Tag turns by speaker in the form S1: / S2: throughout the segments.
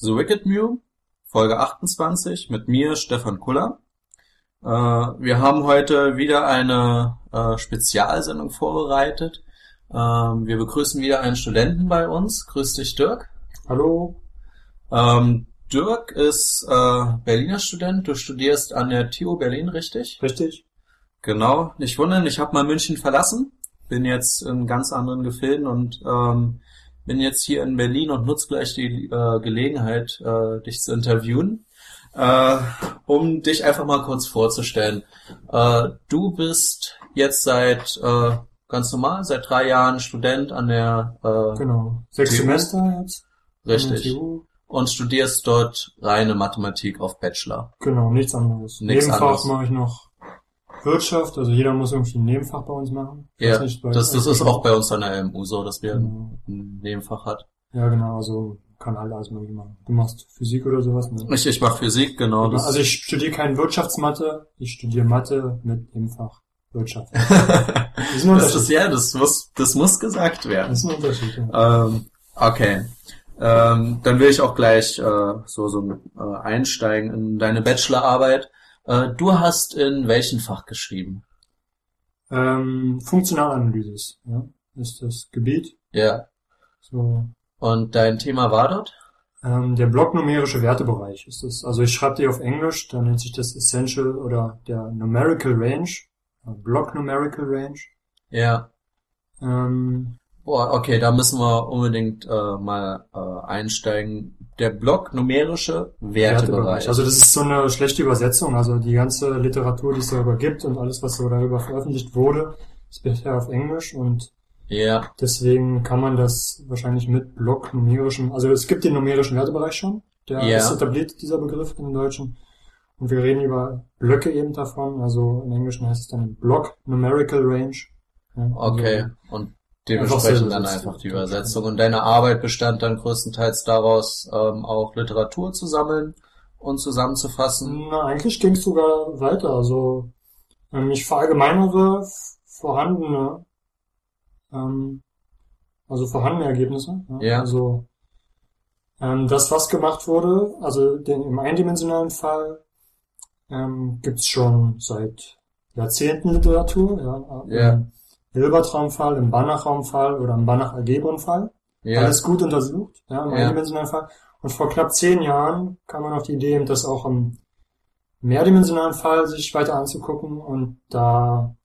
S1: The Wicked Mew, Folge 28, mit mir, Stefan Kuller. Äh, wir haben heute wieder eine äh, Spezialsendung vorbereitet. Ähm, wir begrüßen wieder einen Studenten bei uns. Grüß dich, Dirk.
S2: Hallo.
S1: Ähm, Dirk ist äh, Berliner Student. Du studierst an der TU Berlin, richtig?
S2: Richtig?
S1: Genau. Nicht wundern, ich habe mal München verlassen. Bin jetzt in ganz anderen Gefilden und ähm, bin jetzt hier in Berlin und nutze gleich die äh, Gelegenheit, äh, dich zu interviewen, äh, um dich einfach mal kurz vorzustellen. Äh, du bist jetzt seit äh, ganz normal, seit drei Jahren Student an der äh,
S2: Genau. Sechs
S1: TU?
S2: Semester jetzt. Genau,
S1: richtig
S2: TU.
S1: und studierst dort reine Mathematik auf Bachelor.
S2: Genau, nichts anderes.
S1: Nichts
S2: Nebenfach
S1: anderes.
S2: mache ich noch Wirtschaft, also jeder muss irgendwie ein Nebenfach bei uns machen. Ich
S1: Ja,
S2: weiß nicht, bei-
S1: Das, das ist auch bei uns an der MU so, dass wir
S2: Genau.
S1: in dem Fach hat.
S2: Ja, genau, also kann halt alles mögliche machen. Du machst Physik oder sowas, ne?
S1: Ich, ich mache Physik, genau.
S2: Genau,
S1: Das,
S2: Also ich studiere kein Wirtschaftsmathe, ich studiere Mathe mit Nebenfach Wirtschaft. Das ist ein
S1: das ist
S2: Unterschied.
S1: ja, das muss, das muss gesagt werden.
S2: Das ist ein Unterschied, ja.
S1: Ähm, okay. Ähm, dann will ich auch gleich äh, so, so äh, einsteigen in deine Bachelorarbeit. Äh, du hast in welchem Fach geschrieben?
S2: Ähm, Funktionalanalysis, ja, ist das Gebiet.
S1: Ja.
S2: So
S1: Und dein Thema war dort?
S2: Ähm, der blocknumerische Wertebereich ist es. Also ich schreibe die auf Englisch, da nennt sich das Essential oder der Numerical Range, äh, Block Numerical Range.
S1: Ja.
S2: Ähm,
S1: Boah, okay, da müssen wir unbedingt äh, mal äh, einsteigen. Der Block numerische Wertebereich.
S2: Also das ist so eine schlechte Übersetzung. Also die ganze Literatur, die es darüber gibt und alles, was so darüber veröffentlicht wurde, ist bisher auf Englisch und
S1: ja,
S2: deswegen kann man das wahrscheinlich mit Block numerischem, also es gibt den numerischen Wertebereich schon, der
S1: Ja.
S2: ist etabliert, dieser Begriff im Deutschen. Und wir reden über Blöcke eben davon, also im Englischen heißt es dann Block Numerical Range. Ja,
S1: okay.
S2: also
S1: Und
S2: Einfach selber
S1: dementsprechend dann
S2: übersetzt.
S1: einfach die Übersetzung. Und deine Arbeit bestand dann größtenteils daraus, ähm, auch Literatur zu sammeln und zusammenzufassen.
S2: Na, eigentlich ging es sogar weiter. Also ähm, ich verallgemeinere f- vorhandene, ähm, also vorhandene Ergebnisse.
S1: Ja.
S2: Also ähm, das, was gemacht wurde, also den, im eindimensionalen Fall ähm, gibt's schon seit Jahrzehnten Literatur. Ja.
S1: Ja.
S2: Im Hilbertraumfall, im Banach-Raumfall oder im Banach-Algebron-Fall.
S1: Ja,
S2: alles gut untersucht, ja, im
S1: Ja.
S2: eindimensionalen Fall. Und vor knapp zehn Jahren kam man auf die Idee, das auch im mehrdimensionalen Fall sich weiter anzugucken und da,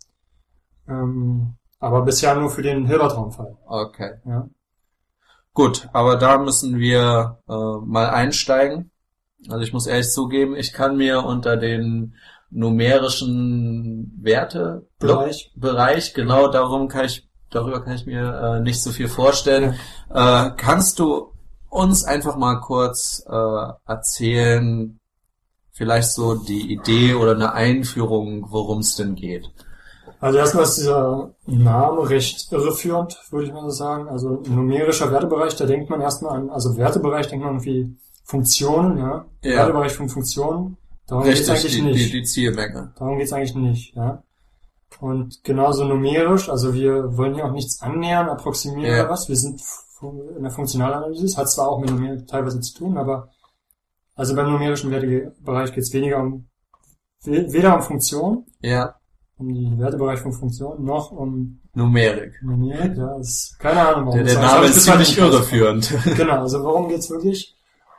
S2: ähm, aber bisher nur für den Hilbertraumfall,
S1: okay.
S2: ja.
S1: Gut, aber da müssen wir äh, mal einsteigen. Also ich muss ehrlich zugeben, ich kann mir unter den numerischen Werte
S2: Bereich.
S1: Bereich genau darum kann ich darüber kann ich mir äh, nicht so viel vorstellen. Äh, kannst du uns einfach mal kurz äh, erzählen, vielleicht so die Idee oder eine Einführung, worum es denn geht?
S2: Also erstmal ist dieser Name recht irreführend, würde ich mal so sagen. Also numerischer Wertebereich, da denkt man erstmal an, also Wertebereich denkt man irgendwie Funktionen, ja.
S1: Ja.
S2: Wertebereich von Funktionen. Darum geht's
S1: Richtig,
S2: eigentlich
S1: die,
S2: nicht.
S1: die, die Zielmenge.
S2: Darum geht's eigentlich nicht, ja. Und genauso numerisch, also wir wollen hier auch nichts annähern, approximieren
S1: Ja.
S2: oder was. Wir sind fu- in der Funktionalanalyse, hat zwar auch mit Numerik teilweise zu tun, aber also beim numerischen Wertebereich geht's weniger um we- weder um Funktion,
S1: Ja,
S2: um den Wertebereich von Funktion, noch um
S1: Numerik.
S2: Numerik, ja, ist keine Ahnung, warum
S1: Der,
S2: das halt
S1: der
S2: heißt. Hab
S1: Name
S2: ich
S1: ist
S2: bisher
S1: ziemlich
S2: nicht
S1: irreführend.
S2: Genau, also worum geht's wirklich?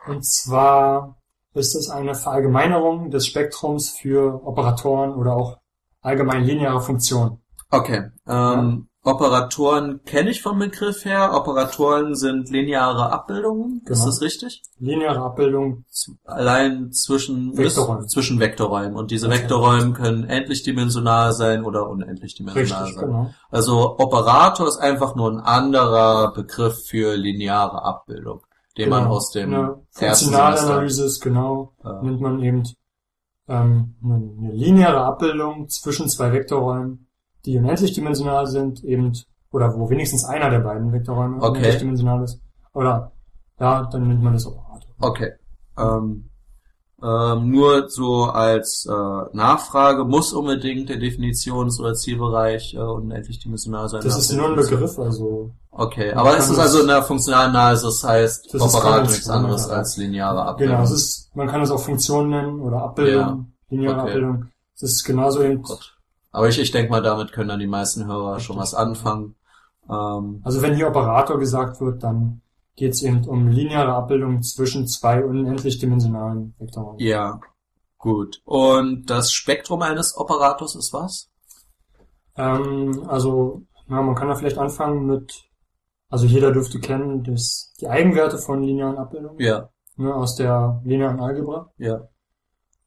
S2: Und zwar ist es eine Verallgemeinerung des Spektrums für Operatoren oder auch allgemein lineare Funktionen.
S1: Okay. Ähm, Operatoren kenne ich vom Begriff her. Operatoren sind lineare Abbildungen. Ist
S2: Genau.
S1: das richtig?
S2: Lineare Abbildung,
S1: Z- Allein zwischen
S2: Vektorräumen.
S1: zwischen Vektorräumen. Und diese
S2: Okay.
S1: Vektorräume können endlichdimensional sein oder unendlichdimensional
S2: richtig,
S1: sein.
S2: genau.
S1: Also Operator ist einfach nur ein anderer Begriff für lineare Abbildung, den
S2: genau.
S1: man aus dem
S2: eine
S1: ersten Semester,
S2: Funktionalanalysis, genau,
S1: äh,
S2: nennt man eben ähm, eine eine lineare Abbildung zwischen zwei Vektorräumen, die unendlich dimensional sind, eben, oder wo wenigstens einer der beiden Vektorräume
S1: Okay.
S2: unendlich dimensional ist. Oder, ja, dann nennt man das Operator.
S1: Okay. Ähm, Ähm, nur so als äh, Nachfrage muss unbedingt der Definitions- oder Zielbereich äh, unendlich dimensional sein.
S2: Das ist nur ein Begriff, also
S1: Okay,
S2: Man
S1: aber
S2: kann
S1: es ist
S2: das-
S1: also in der funktionalen Analyse, das heißt,
S2: Das ist
S1: Operate
S2: ganz
S1: nichts anderes
S2: normal.
S1: als lineare Abbildung.
S2: genau, es ist, man kann es auch Funktionen nennen oder Abbildung,
S1: Ja.
S2: lineare
S1: Okay.
S2: Abbildung. Es ist genauso eben,
S1: Oh Gott. Aber ich, ich denke mal, damit können dann die meisten Hörer schon was anfangen. Ähm,
S2: also wenn hier Operator gesagt wird, dann geht es eben um lineare Abbildung zwischen zwei unendlich dimensionalen Vektoren.
S1: ja, gut. Und das Spektrum eines Operators ist was?
S2: Ähm, also, na, man kann da vielleicht anfangen mit, also jeder dürfte kennen, das, die Eigenwerte von linearen Abbildungen
S1: Ja,
S2: ne, aus der linearen Algebra.
S1: ja.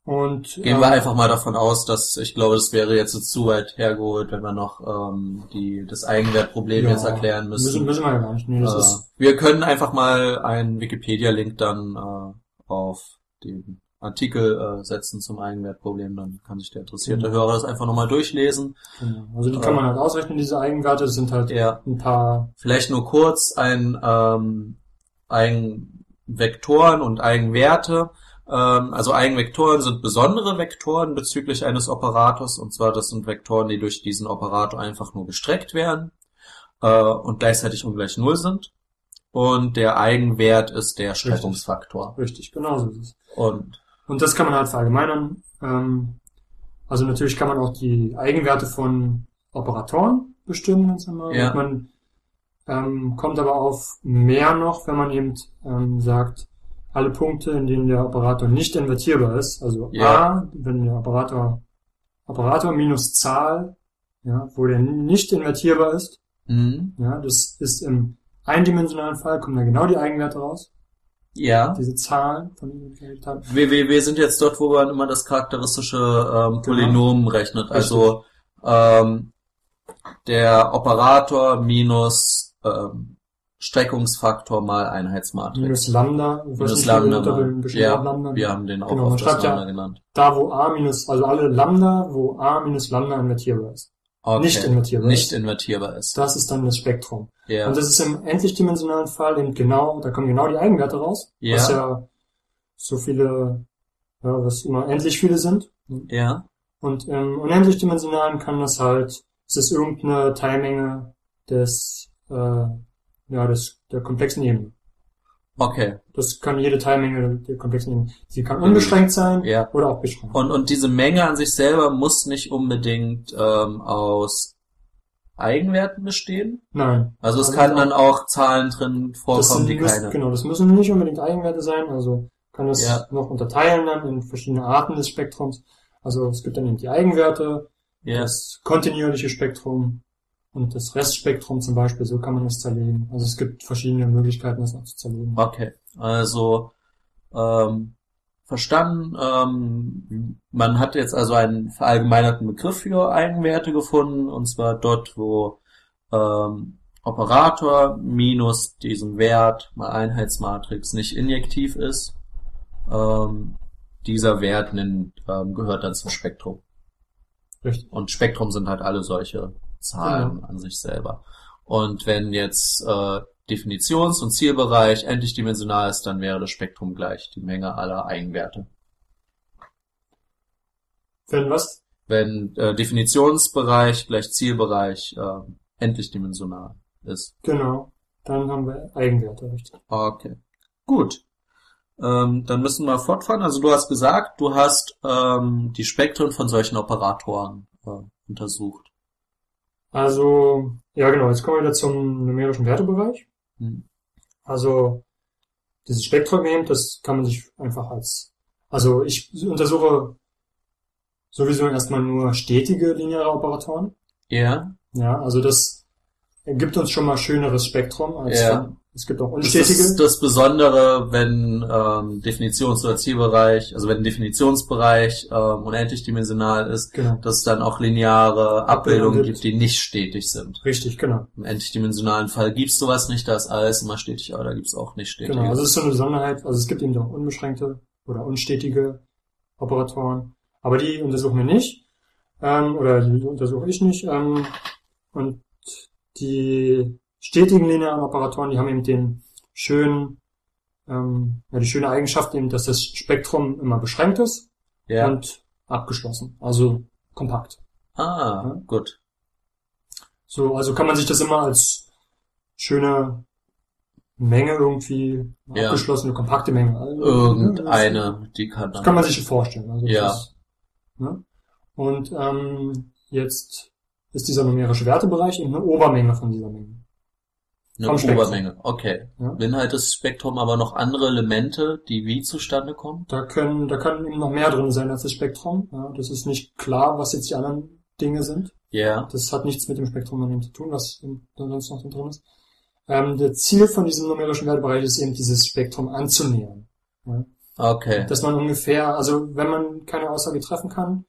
S2: Und
S1: Gehen
S2: ähm,
S1: wir einfach mal davon aus, dass ich glaube, das wäre jetzt so zu weit hergeholt, wenn wir noch ähm, die, das Eigenwertproblem
S2: ja,
S1: jetzt erklären
S2: müssen.
S1: müssen.
S2: Müssen wir ja gar nicht. Nee, das
S1: äh,
S2: ist,
S1: wir können einfach mal einen Wikipedia-Link dann äh, auf den Artikel äh, setzen zum Eigenwertproblem, dann kann sich der interessierte
S2: Mhm.
S1: Hörer das einfach nochmal durchlesen.
S2: genau. Also die
S1: äh,
S2: kann man halt ausrechnen, diese Eigenwerte. Das sind halt
S1: Ja.
S2: ein paar,
S1: Vielleicht nur kurz ein ähm, Eigenvektoren und Eigenwerte. Ähm, also Eigenvektoren sind besondere Vektoren bezüglich eines Operators und zwar das sind Vektoren, die durch diesen Operator einfach nur gestreckt werden äh, und gleichzeitig ungleich null sind. Und der Eigenwert ist der Streckungsfaktor.
S2: richtig, genau so ist es.
S1: Und
S2: Und das kann man halt verallgemeinern. Ähm, also natürlich kann man auch die Eigenwerte von Operatoren bestimmen, ganz normal.
S1: Ja.
S2: Und man ähm, kommt aber auf mehr noch, wenn man eben ähm, sagt, alle Punkte, in denen der Operator nicht invertierbar ist, also
S1: Ja.
S2: A, wenn der Operator Operator minus Zahl, ja, wo der nicht invertierbar ist,
S1: hm,
S2: ja, das ist im eindimensionalen Fall, kommen da genau die Eigenwerte raus,
S1: ja,
S2: diese Zahlen von denen wir geredet haben.
S1: wir, wir, wir sind jetzt dort, wo man immer das charakteristische
S2: Genau.
S1: ähm, Polynom rechnet. Also ähm, der Operator minus ähm, Streckungsfaktor mal Einheitsmatrix.
S2: Minus Lambda, ich weiß
S1: Minus
S2: nicht,
S1: Lambda
S2: wie wir
S1: mal.
S2: unter- bestimmt auch
S1: Ja,
S2: Lambda.
S1: wir haben den auch
S2: Genau,
S1: auf
S2: man
S1: das
S2: schreibt ja-
S1: Lambda genannt.
S2: Da wo A minus, also alle Lambda, wo A minus Lambda invertierbar ist.
S1: Okay.
S2: Nicht invertierbar
S1: Nicht
S2: ist.
S1: invertierbar ist.
S2: Das ist dann das Spektrum.
S1: Ja.
S2: Und das ist im endlich dimensionalen Fall eben genau, da kommen genau die Eigenwerte raus,
S1: Ja.
S2: was ja so viele, ja, was immer endlich viele sind.
S1: ja.
S2: Und im unendlich dimensionalen kann das halt, es ist irgendeine Teilmenge des, äh, ja, des, der komplexen Ebene.
S1: Okay.
S2: Das kann jede Teilmenge der komplexen Ebene. Sie kann unbeschränkt sein
S1: Mhm. Ja.
S2: oder auch beschränkt.
S1: Und, und diese Menge an sich selber muss nicht unbedingt ähm, aus Eigenwerten bestehen.
S2: Nein.
S1: Also es
S2: Also
S1: kann
S2: auch-
S1: dann auch Zahlen drin
S2: Das
S1: vorkommen,
S2: sind
S1: die
S2: müssen-
S1: keine.
S2: Genau, das müssen nicht unbedingt Eigenwerte sein. Also kann das
S1: Ja.
S2: noch unterteilen dann in verschiedene Arten des Spektrums. Also es gibt dann eben die Eigenwerte,
S1: Ja.
S2: das kontinuierliche Spektrum und das Restspektrum zum Beispiel. So kann man das zerlegen. Also es gibt verschiedene Möglichkeiten, das noch zu zerlegen.
S1: Okay. Also ähm, verstanden. Ähm, man hat jetzt also einen verallgemeinerten Begriff für Eigenwerte gefunden, und zwar dort, wo ähm, Operator minus diesem Wert mal Einheitsmatrix nicht injektiv ist. Ähm, dieser Wert nennt, ähm, gehört dann zum Spektrum.
S2: Richtig.
S1: Und Spektrum sind halt alle solche Zahlen an sich selber. Und wenn jetzt äh, Definitions- und Zielbereich endlich dimensional ist, dann wäre das Spektrum gleich die Menge aller Eigenwerte.
S2: Wenn was?
S1: Wenn äh, Definitionsbereich gleich Zielbereich äh, endlich dimensional ist.
S2: Genau. Dann haben wir Eigenwerte, richtig.
S1: Okay. Gut. Ähm, dann müssen wir fortfahren. Also du hast gesagt, du hast ähm, die Spektren von solchen Operatoren äh, untersucht.
S2: Also, ja genau, jetzt kommen wir wieder zum numerischen Wertebereich.
S1: Hm.
S2: Also dieses Spektrum eben, das kann man sich einfach als, also ich untersuche sowieso erstmal nur stetige lineare Operatoren.
S1: Ja.
S2: Ja, also das gibt uns schon mal schöneres Spektrum als
S1: Ja.
S2: von- es gibt auch
S1: Das
S2: unstetige.
S1: ist das Besondere, wenn ähm, Definitions- oder Zielbereich, also wenn Definitionsbereich ähm, unendlich dimensional ist,
S2: genau,
S1: dass es dann auch lineare Abbildungen
S2: Abbildungen
S1: gibt,
S2: gibt.
S1: die nicht stetig sind.
S2: richtig, genau.
S1: Im endlich dimensionalen Fall gibt's sowas nicht, da ist alles immer stetig, aber da gibt's auch nicht stetig.
S2: Genau, also das ist so eine Besonderheit. Also es gibt eben auch unbeschränkte oder unstetige Operatoren, aber die untersuchen wir nicht. Ähm, oder die untersuche ich nicht. Ähm, und die stetigen linearen Operatoren, die haben eben den schönen, ähm, ja, die schöne Eigenschaft eben, dass das Spektrum immer beschränkt ist
S1: Ja.
S2: und abgeschlossen, also kompakt.
S1: ah,
S2: Ja.
S1: gut.
S2: So, also kann man sich das immer als schöne Menge irgendwie,
S1: Ja.
S2: abgeschlossene, kompakte Menge. Also,
S1: Irgendeine, die kann
S2: Das
S1: dann.
S2: kann man sich vorstellen. Also das
S1: Ja.
S2: Ist, ne? Und ähm, jetzt ist dieser numerische Wertebereich eben eine Obermenge von dieser Menge.
S1: eine
S2: vom Spektrum.
S1: Obermenge. Okay.
S2: Ja.
S1: Beinhaltet das Spektrum aber noch andere Elemente, die wie zustande kommen?
S2: Da können, da kann eben noch mehr drin sein als das Spektrum. Ja, das ist nicht klar, was jetzt die anderen Dinge sind.
S1: Ja.
S2: Das hat nichts mit dem Spektrum daneben zu tun, was eben da sonst noch drin ist. Ähm, der Ziel von diesem numerischen Wertebereich ist eben, dieses Spektrum anzunähern.
S1: Okay.
S2: Dass man ungefähr, also wenn man keine Aussage treffen kann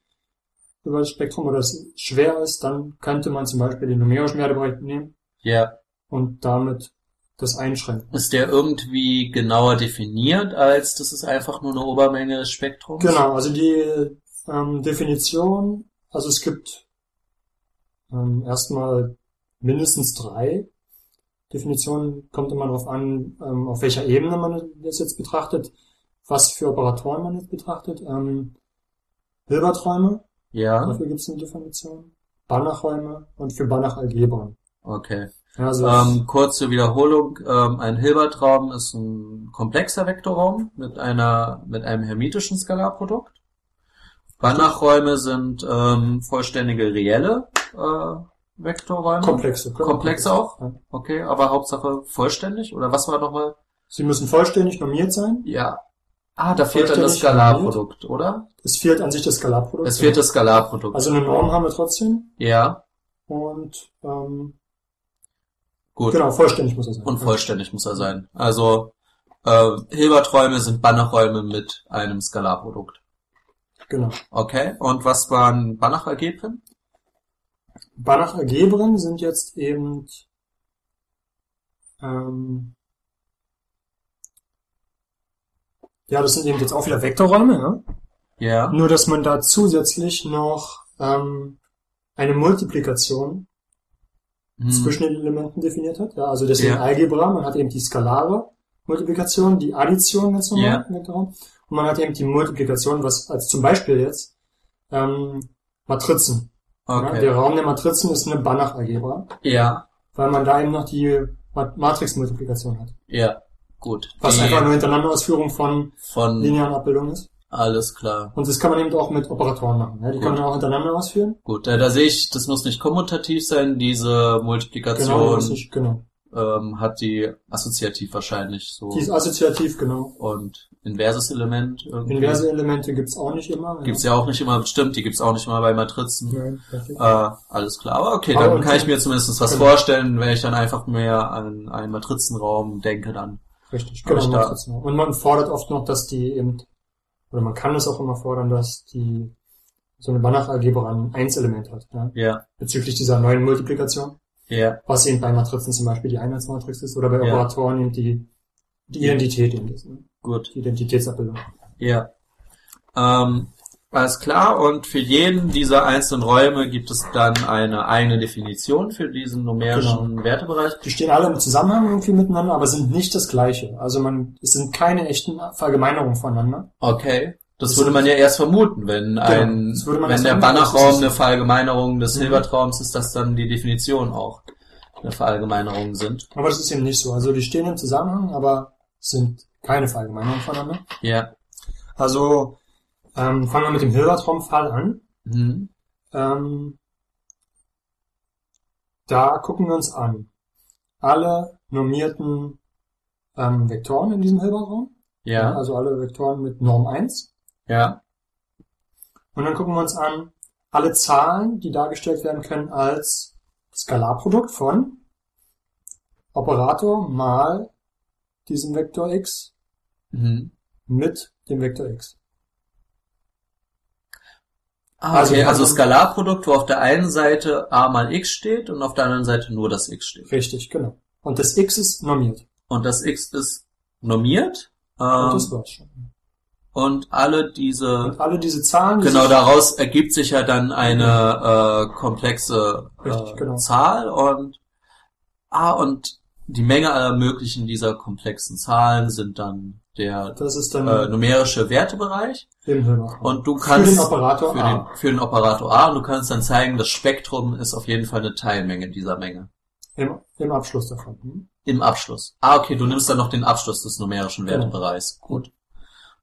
S2: über das Spektrum oder es schwer ist, dann könnte man zum Beispiel den numerischen Wertebereich nehmen
S1: Ja.
S2: und damit das einschränken.
S1: Ist der irgendwie genauer definiert, als das ist einfach nur eine Obermenge des Spektrums?
S2: Genau, also die ähm, Definition, also es gibt ähm, erstmal mindestens drei Definitionen, kommt immer darauf an, ähm, auf welcher Ebene man das jetzt betrachtet, was für Operatoren man jetzt betrachtet. Ähm, Hilberträume,
S1: Ja.
S2: dafür gibt es eine Definition. Banachräume und für Banach-Algebren.
S1: Okay.
S2: Ja, also
S1: Ähm, kurze Wiederholung. Ähm, ein Hilbertraum ist ein komplexer Vektorraum mit einer mit einem hermitischen Skalarprodukt. Banachräume sind ähm, vollständige reelle äh, Vektorräume.
S2: komplexe.
S1: komplex auch?
S2: Ja.
S1: Okay, aber Hauptsache vollständig? Oder was war nochmal?
S2: Sie müssen vollständig normiert sein.
S1: Ja. Ah, da fehlt dann das
S2: Vollständig normiert.
S1: Skalarprodukt, oder?
S2: Es fehlt an sich das Skalarprodukt.
S1: Es fehlt das Skalarprodukt.
S2: also eine Norm haben wir trotzdem.
S1: ja,
S2: Und ähm,
S1: gut.
S2: genau, vollständig muss er sein.
S1: Und vollständig muss er sein. Also äh, Hilberträume sind Banachräume mit einem Skalarprodukt.
S2: Genau.
S1: Okay, und was waren Banach-Ergebnisse?
S2: Banach-Algebren sind jetzt eben ähm, ja, das sind eben jetzt auch wieder Vektorräume, ne?
S1: Ja.
S2: Nur dass man da zusätzlich noch ähm, eine Multiplikation
S1: Hm.
S2: zwischen den Elementen definiert hat. Ja, also deswegen
S1: Ja.
S2: Algebra, man hat eben die skalare Multiplikation, die Addition ganz normal
S1: Ja.
S2: im Vektorraum. Und man hat eben die Multiplikation, was als zum Beispiel jetzt ähm, Matrizen. Ja,
S1: Okay.
S2: der Raum der Matrizen ist eine Banach-Algebra,
S1: Ja,
S2: weil man da eben noch die Ma- Matrixmultiplikation hat.
S1: ja, Mhm. gut.
S2: Was
S1: Die
S2: einfach nur hintereinander Ausführung von
S1: von
S2: linearen Abbildungen ist.
S1: alles klar.
S2: Und das kann man eben auch mit Operatoren machen. Ja, die
S1: Gut.
S2: kann man auch hintereinander ausführen.
S1: Gut, äh, da, da sehe ich, das muss nicht kommutativ sein, diese
S2: Genau,
S1: Multiplikation
S2: das ist, genau.
S1: ähm, hat die assoziativ wahrscheinlich so
S2: Die ist assoziativ, genau.
S1: und inverses Element irgendwie.
S2: Inverse Elemente gibt's auch nicht immer. ja.
S1: Gibt's ja auch nicht immer, stimmt, die gibt's auch nicht mal bei Matrizen.
S2: Nein, perfekt.
S1: Äh, alles klar, aber okay, dann
S2: Aber okay.
S1: kann ich mir zumindest was
S2: Genau.
S1: vorstellen, wenn ich dann einfach mehr an einen Matrizenraum denke dann.
S2: Richtig,
S1: Aber
S2: genau.
S1: ich da-
S2: Matrizen. Und man fordert oft noch, dass die eben, oder man kann es auch immer fordern, dass die so eine Banach-Algebra ein Einselement hat, ja?
S1: Ja,
S2: bezüglich dieser neuen Multiplikation,
S1: ja,
S2: was eben bei Matrizen zum Beispiel die Einheitsmatrix ist, oder bei
S1: Ja.
S2: Operatoren eben die, die Identität eben ist, ne?
S1: gut,
S2: die Identitätsabbildung.
S1: ja. Ähm, alles klar, und für jeden dieser einzelnen Räume gibt es dann eine eigene Definition für diesen numerischen
S2: Genau.
S1: Wertebereich.
S2: Die stehen alle im Zusammenhang irgendwie miteinander, aber sind nicht das Gleiche. Also man, es sind keine echten Vergemeinerungen voneinander.
S1: Okay. Das
S2: Das Genau.
S1: würde man ja erst vermuten, wenn ein,
S2: das würde man
S1: wenn
S2: erst
S1: der
S2: vermuten, dass
S1: Banachraum
S2: es-
S1: eine Verallgemeinerung des
S2: Mhm.
S1: Hilbertraums ist, dass dann die Definition auch eine Verallgemeinerung sind.
S2: Aber das ist eben nicht so. Also die stehen im Zusammenhang, aber sind keine Vergemeinerungen voneinander.
S1: Ja.
S2: Also ähm, fangen wir mit dem Hilbertraum-Fall an.
S1: Mhm.
S2: Ähm, da gucken wir uns an alle normierten ähm, Vektoren in diesem Hilbertraum.
S1: Ja.
S2: Also alle Vektoren mit Norm 1.
S1: Ja.
S2: Und dann gucken wir uns an alle Zahlen, die dargestellt werden können als Skalarprodukt von Operator mal diesem Vektor x
S1: Mhm.
S2: mit dem Vektor x.
S1: Ah,
S2: Also-
S1: okay, also Skalarprodukt, wo auf der einen Seite a mal x steht und auf der anderen Seite nur das x steht.
S2: Richtig, genau. Und das x ist normiert.
S1: Und das x ist normiert
S2: Und
S1: ähm,
S2: das war's schon.
S1: und alle diese
S2: Und alle diese Zahlen, die
S1: Genau,
S2: sich-
S1: daraus ergibt sich ja dann eine äh, komplexe äh,
S2: Richtig, genau.
S1: Zahl und ah und die Menge aller möglichen dieser komplexen Zahlen sind dann der
S2: Das ist dann
S1: äh, numerische Wertebereich
S2: im Hörer.
S1: und du
S2: für
S1: kannst
S2: den Operator
S1: für
S2: A.
S1: den, für den Operator A und du kannst dann zeigen, das Spektrum ist auf jeden Fall eine Teilmenge dieser Menge.
S2: Im, Im Abschluss davon. Hm?
S1: Im Abschluss. Ah, okay, du nimmst dann noch den Abschluss des numerischen
S2: Genau.
S1: Wertebereichs. Gut.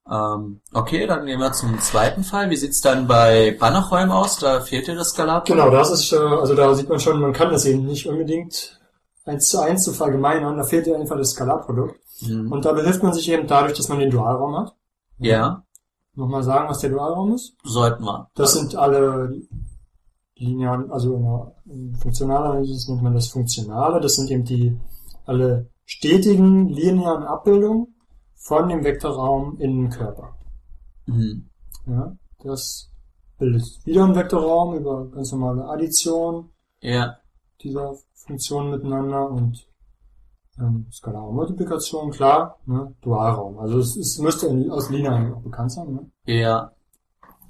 S1: Ähm, okay, dann gehen wir zum zweiten Fall. Wie sieht's dann bei Banachräumen aus? Da fehlt dir das Skalar.
S2: Genau, das ist, äh, also da sieht man schon, man kann das eben nicht unbedingt eins zu eins zu verallgemeinern, da fehlt ja einfach das Skalarprodukt.
S1: Hm.
S2: Und da behilft man sich eben dadurch, dass man den Dualraum hat.
S1: Ja,
S2: Nochmal sagen, was der Dualraum ist.
S1: sollten wir.
S2: Das sind alle linearen, also in der in Funktionalanalyse nennt man das Funktionale. Das sind eben die alle stetigen linearen Abbildungen von dem Vektorraum in den Körper.
S1: Hm.
S2: Ja, das bildet wieder einen Vektorraum über ganz normale Addition
S1: Ja,
S2: dieser Funktionen miteinander und ähm, skalare Multiplikation, klar, ne, Dualraum. Also es, es müsste in, aus Lina eigentlich auch bekannt sein. Ne?
S1: ja.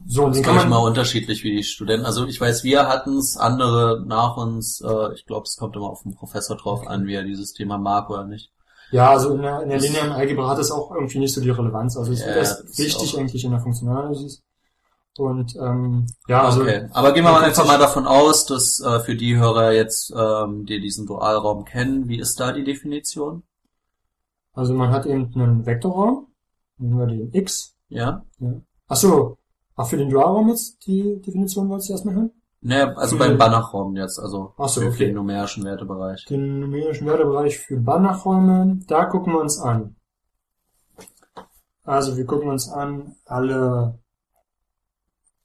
S2: So, und
S1: Das
S2: den
S1: ist,
S2: kann
S1: glaube ich,
S2: man,
S1: mal unterschiedlich wie die Studenten. Also ich weiß, wir hatten's, andere nach uns. Äh, ich glaube, es kommt immer auf den Professor drauf an, wie er dieses Thema mag oder nicht.
S2: ja, also in der, in der
S1: Das-
S2: linearen Algebra hat das auch irgendwie nicht so die Relevanz. Also es
S1: Ja,
S2: wird
S1: das
S2: erst
S1: ist
S2: wichtig
S1: auch-
S2: eigentlich in der Funktionalanalyse. Und ähm, ja, also
S1: okay, aber gehen wir mal
S2: man
S1: einfach
S2: guckt
S1: mal davon aus, dass äh, für die Hörer jetzt, ähm, die diesen Dualraum kennen, wie ist da die Definition?
S2: also man hat eben einen Vektorraum, nehmen wir den X.
S1: Ja?
S2: Ach so, ach für den Dualraum jetzt die Definition wolltest du erstmal hören?
S1: Ne, also
S2: Für-
S1: beim Banachraum jetzt, also
S2: Ach so,
S1: für
S2: okay.
S1: den numerischen Wertebereich.
S2: den numerischen Wertebereich für Banachräume, da gucken wir uns an. Also wir gucken uns an alle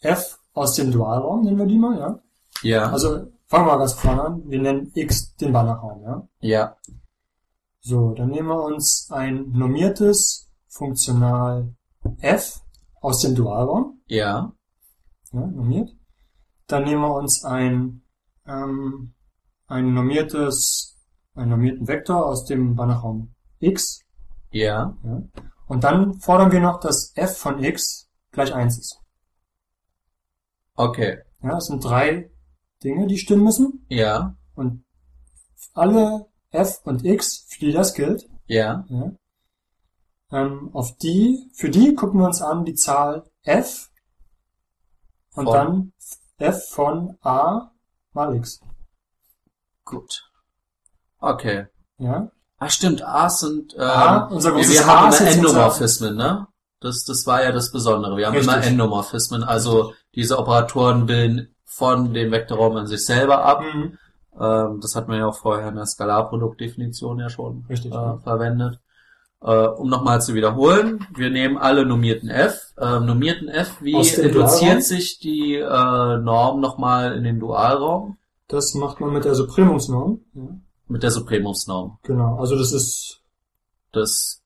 S2: F aus dem Dualraum, nennen wir die mal, ja.
S1: Ja,
S2: Also fangen wir mal ganz vorne an. Wir nennen X den Banachraum, ja.
S1: ja,
S2: So, dann nehmen wir uns ein normiertes Funktional F aus dem Dualraum,
S1: ja,
S2: ja, normiert. Dann nehmen wir uns ein, ähm, ein normiertes, einen normierten Vektor aus dem Banachraum X,
S1: ja,
S2: Und dann fordern wir noch, dass f von x gleich 1 ist.
S1: okay,
S2: Ja, das sind drei Dinge, die stimmen müssen.
S1: ja,
S2: Und alle f und x, für die das gilt,
S1: ja,
S2: ja, ähm, auf die, für die gucken wir uns an die Zahl f und
S1: Von?
S2: dann f von a mal x.
S1: gut. Okay.
S2: Ja,
S1: Ah, stimmt, A's sind, ähm,
S2: A, unser
S1: wir,
S2: großes
S1: wir
S2: A
S1: haben
S2: ist
S1: immer
S2: jetzt unser-
S1: Endomorphismen, ne? Das, das war ja das Besondere. Wir haben immer
S2: Richtig.
S1: Endomorphismen, also diese Operatoren bilden von dem Vektorraum an sich selber ab.
S2: mhm.
S1: Ähm, das hat man ja auch vorher in der Skalarproduktdefinition ja schon äh,
S2: Richtig, ne? ja.
S1: verwendet. Äh, um nochmal zu wiederholen, wir nehmen alle nummierten F. Ähm, nummierten F, wie
S2: Aus dem Dualraum?
S1: induziert sich die äh, Norm nochmal in den Dualraum?
S2: das macht man mit der Supremungsnorm. Ja,
S1: Mit der Supremumsnorm.
S2: genau, also das ist
S1: Das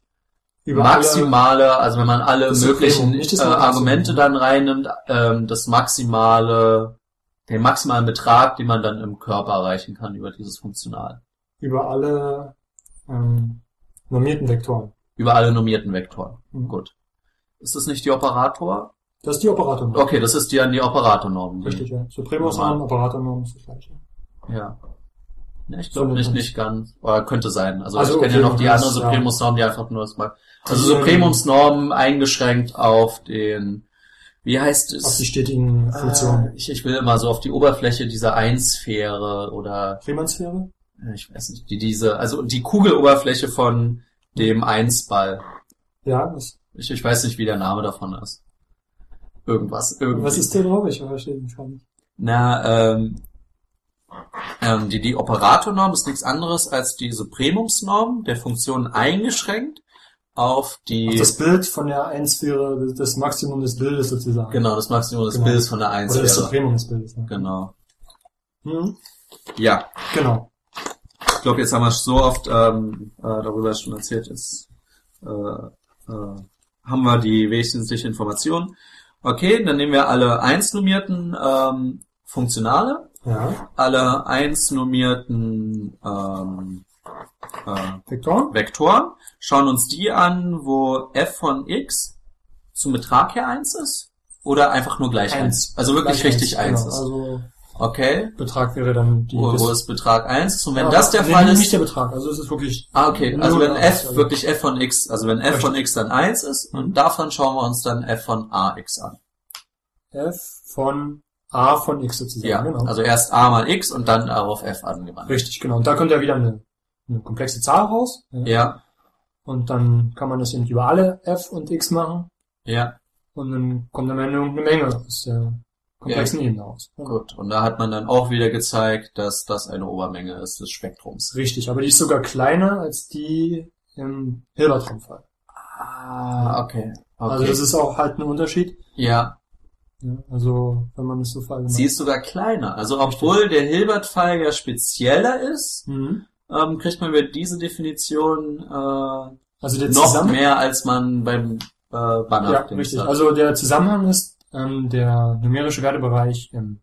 S2: über alle,
S1: maximale, also wenn man alle
S2: Das
S1: möglichen
S2: Supremum, nicht
S1: äh,
S2: das Maximum.
S1: Argumente dann reinnimmt, ähm, das maximale, den maximalen Betrag, den man dann im Körper erreichen kann über dieses Funktional.
S2: über alle ähm, normierten Vektoren.
S1: Über alle normierten Vektoren.
S2: Mhm.
S1: Gut. Ist das nicht die Operator?
S2: Das ist die Operatornorm.
S1: Okay, das ist die an die Operatornorm. die-
S2: Richtig, ja. Supremosnorm, Operatornorm ist das gleiche.
S1: Ja. Ne, ich
S2: So,
S1: glaube nicht,
S2: dann-
S1: nicht ganz. Oder könnte sein. Also,
S2: Also,
S1: ich kenne
S2: okay,
S1: ja noch die
S2: dann
S1: andere
S2: ist, ja.
S1: Supremumsnorm, die einfach nur das mag.
S2: Die-
S1: Also Supremumsnorm eingeschränkt auf den, wie heißt es?
S2: Auf die stetigen
S1: Äh,
S2: Funktionen.
S1: Ich, ich will immer so auf die Oberfläche dieser Einsphäre oder
S2: Riemannsphäre?
S1: äh, ich weiß nicht, die diese, also die Kugeloberfläche von dem Einsball.
S2: Ja, was,
S1: Ich, ich weiß nicht, wie der Name davon ist. Irgendwas, irgendwie.
S2: was ist der drauf? Ich verstehe den schon nicht.
S1: Na, ähm, ähm, die, die Operatornorm ist nichts anderes als die Supremumsnorm der Funktion eingeschränkt auf die
S2: Auf das Bild von der Einsphäre, das Maximum des Bildes sozusagen.
S1: genau das Maximum des
S2: Genau.
S1: Bildes von der
S2: Oder das
S1: Einsphäre.
S2: Supremum des Bildes. Ne?
S1: Genau.
S2: Hm?
S1: Ja,
S2: Genau.
S1: Ich glaube, jetzt haben wir so oft ähm, äh, darüber schon erzählt, jetzt äh, äh, haben wir die wesentlichen Informationen. Okay, dann nehmen wir alle 1 nummierten ähm, Funktionale,
S2: Ja.
S1: alle 1 nummierten ähm, äh,
S2: Vektoren?
S1: Vektoren, schauen uns die an, wo f von x zum Betrag her 1 ist oder einfach nur gleich 1.
S2: Eins.
S1: Also wirklich
S2: Gleich
S1: richtig 1
S2: genau.
S1: ist.
S2: Also,
S1: Okay.
S2: Betrag wäre dann die
S1: Wo,
S2: bis-
S1: wo oh, ist Betrag 1? Und wenn
S2: Ja,
S1: das der
S2: nee,
S1: Fall
S2: nee,
S1: ist.
S2: Nicht der Betrag, also es ist wirklich.
S1: Ah, okay.
S2: Null
S1: Also wenn
S2: oder
S1: f
S2: was, also.
S1: wirklich f von x, also wenn f von x dann 1 ist
S2: Mhm.
S1: und davon schauen wir uns dann f von ax an.
S2: f von a von x sozusagen.
S1: Ja,
S2: genau.
S1: also erst a mal x und dann darauf f angewandt.
S2: Richtig, genau. Und da kommt ja wieder eine, eine komplexe Zahl raus.
S1: Ja,
S2: Und dann kann man das eben über alle f und x machen.
S1: ja,
S2: Und dann kommt am Ende eine Menge aus der komplexen Ebene raus. Ja.
S1: gut. Und da hat man dann auch wieder gezeigt, dass das eine Obermenge ist des Spektrums.
S2: Richtig, aber die ist sogar kleiner als die im Hilbertraumfall.
S1: Ah, okay. okay.
S2: Also das ist auch halt ein Unterschied.
S1: ja,
S2: Ja, also wenn man das so
S1: sie
S2: verallgemeinert.
S1: ist sogar kleiner. Also obwohl der Hilbert-Fall ja spezieller ist,
S2: Mhm.
S1: ähm, kriegt man über diese Definition äh,
S2: Also der
S1: noch
S2: Zusammenhang.
S1: mehr, als man beim äh, Banner
S2: Ja, richtig. Also der Zusammenhang ist ähm, der numerische Wertebereich im,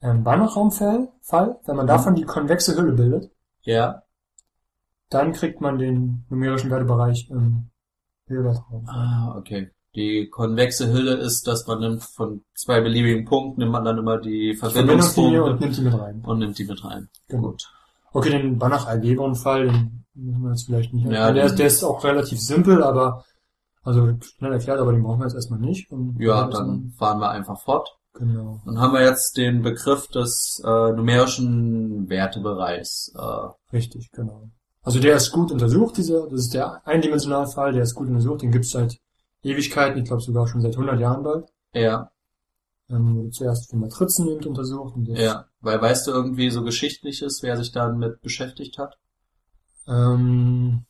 S2: im Banachraumfall, Fall. wenn man
S1: Mhm.
S2: davon die konvexe Hülle bildet,
S1: ja.
S2: dann kriegt man den numerischen Wertebereich im Hilbertraum.
S1: Ah, okay. Die konvexe Hülle ist, dass man nimmt von zwei beliebigen Punkten, nimmt man dann immer die
S2: Verbindungslinie und
S1: Verbindungspunkte
S2: nimmt die mit rein.
S1: und nimmt die mit rein.
S2: Genau. Okay, den banach algebron fall den müssen wir jetzt vielleicht nicht.
S1: Ja,
S2: der,
S1: den-
S2: ist, der ist auch relativ simpel, aber also schnell erklärt, aber den brauchen wir jetzt erstmal nicht. Und
S1: Ja, dann fahren wir einfach fort.
S2: Genau.
S1: Dann haben wir jetzt den Begriff des äh, numerischen Wertebereichs. Äh,
S2: Richtig, genau. Also der ist gut untersucht, dieser, das ist der Eindimensionalfall, der ist gut untersucht, den gibt's seit Ewigkeiten, ich glaube sogar schon seit 100 Jahren bald.
S1: ja,
S2: Ähm, wurde zuerst für Matrizen eben untersucht und jetzt,
S1: ja. Weil weißt du irgendwie so geschichtliches, wer sich damit beschäftigt hat?
S2: ähm,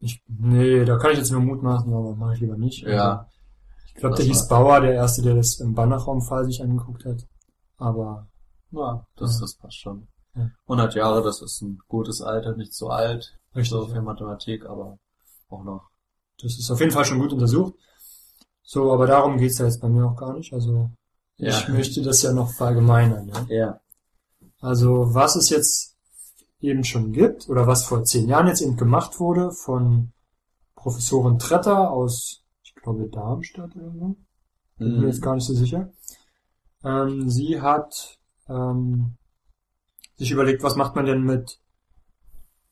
S2: ich, nee, da kann ich jetzt nur mutmaßen, aber mache ich lieber nicht. Also
S1: Ja.
S2: Ich glaube,
S1: Das
S2: der hieß Bauer, der erste, der das im Banachraumfall sich angeguckt hat. Aber
S1: Ja, das,
S2: Ja.
S1: das passt schon.
S2: Ja.
S1: 100 Jahre, das ist ein gutes Alter, nicht so alt,
S2: richtig,
S1: so für
S2: ja.
S1: Mathematik, aber auch noch.
S2: das ist auf jeden Fall schon gut untersucht. So, aber darum geht's ja jetzt bei mir auch gar nicht. Also ich möchte das ja noch verallgemeinern. Ja?
S1: ja.
S2: Also was es jetzt eben schon gibt oder was vor zehn Jahren jetzt eben gemacht wurde von Professorin Tretter aus, ich glaube, Darmstadt irgendwo. Bin mir jetzt
S1: Mhm.
S2: gar nicht so sicher. Ähm, sie hat ähm, sich überlegt, was macht man denn mit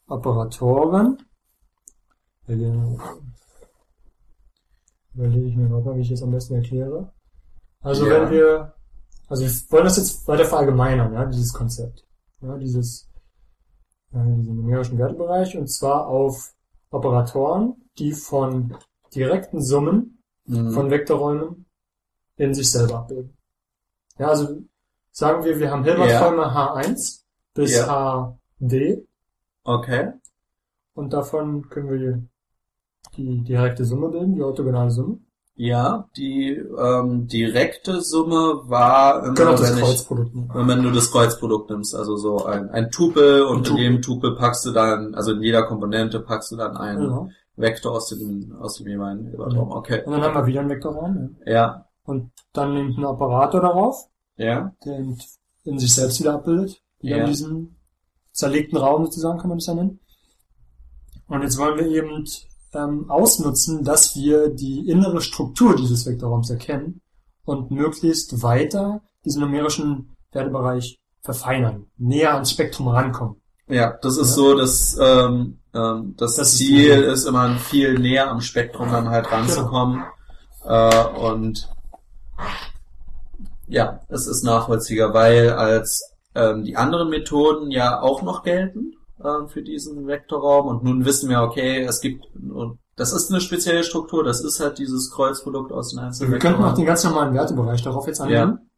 S2: Operatoren? Überlege überlege ich mir noch mal, wie ich das am besten erkläre. Also
S1: Ja.
S2: wenn wir, also wir wollen das jetzt weiter verallgemeinern, ja, dieses Konzept, ja, dieses, äh, diesen numerischen Wertebereich und zwar auf Operatoren, die von direkten Summen
S1: Mhm.
S2: von Vektorräumen in sich selber abbilden. Ja, also sagen wir, wir haben Hilberträume H1 bis HD
S1: Okay.
S2: und davon können wir die direkte Summe bilden, die orthogonale Summe.
S1: Ja, die ähm, direkte Summe war immer,
S2: Wir können auch das
S1: wenn, ich,
S2: Kreuzprodukt nehmen.
S1: wenn man nur das Kreuzprodukt nimmst, also so ein, ein Tupel und
S2: Ein
S1: in
S2: Tupel.
S1: jedem Tupel packst du dann, also in jeder Komponente packst du dann einen
S2: Genau.
S1: Vektor aus dem, aus dem jeweiligen Hilbertraum. Okay.
S2: Und dann haben wir wieder einen Vektorraum. Ja.
S1: Ja.
S2: Und dann nimmt ein Operator darauf,
S1: Ja.
S2: der in, in sich selbst wieder abbildet. Wieder
S1: Ja.
S2: in diesem zerlegten Raum sozusagen kann man das ja nennen. Und jetzt wollen wir eben ähm, ausnutzen, dass wir die innere Struktur dieses Vektorraums erkennen und möglichst weiter diesen numerischen Wertebereich verfeinern, näher ans Spektrum rankommen.
S1: Ja, das ist
S2: Ja.
S1: so, dass ähm, ähm, das,
S2: Das ist
S1: Ziel
S2: die-
S1: ist immer ein viel näher am Spektrum dann halt ranzukommen. Äh, und ja, es ist nachvollziehbar, weil als ähm, die anderen Methoden ja auch noch gelten ähm, für diesen Vektorraum und nun wissen wir, okay, es gibt und das ist eine spezielle Struktur, das ist halt dieses Kreuzprodukt aus den
S2: Also
S1: einzelnen
S2: wir könnten auch
S1: Vektorräumen.
S2: den ganz normalen Wertebereich darauf jetzt annehmen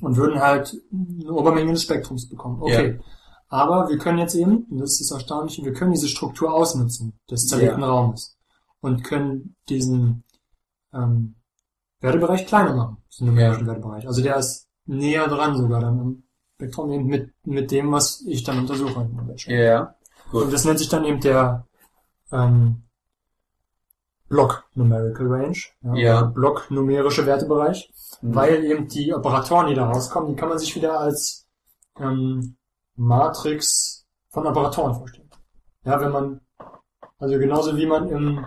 S2: und würden halt eine Obermenge des Spektrums bekommen. Okay. Aber wir können jetzt eben, und das ist das Erstaunliche, wir können diese Struktur ausnutzen, des zerlegten Raumes. Und können diesen ähm, Wertebereich kleiner machen, diesen numerischen Wertebereich. Also der ist näher dran sogar dann am Spektrum eben mit, mit dem, was ich dann untersuche. in der Welt.
S1: Ja, gut.
S2: Und das nennt sich dann eben der ähm, Block Numerical Range.
S1: Ja. Mhm.
S2: oder Block numerische Wertebereich weil eben die Operatoren, die da rauskommen, die kann man sich wieder als ähm, Matrix von Operatoren vorstellen. Ja, wenn man, also genauso wie man im,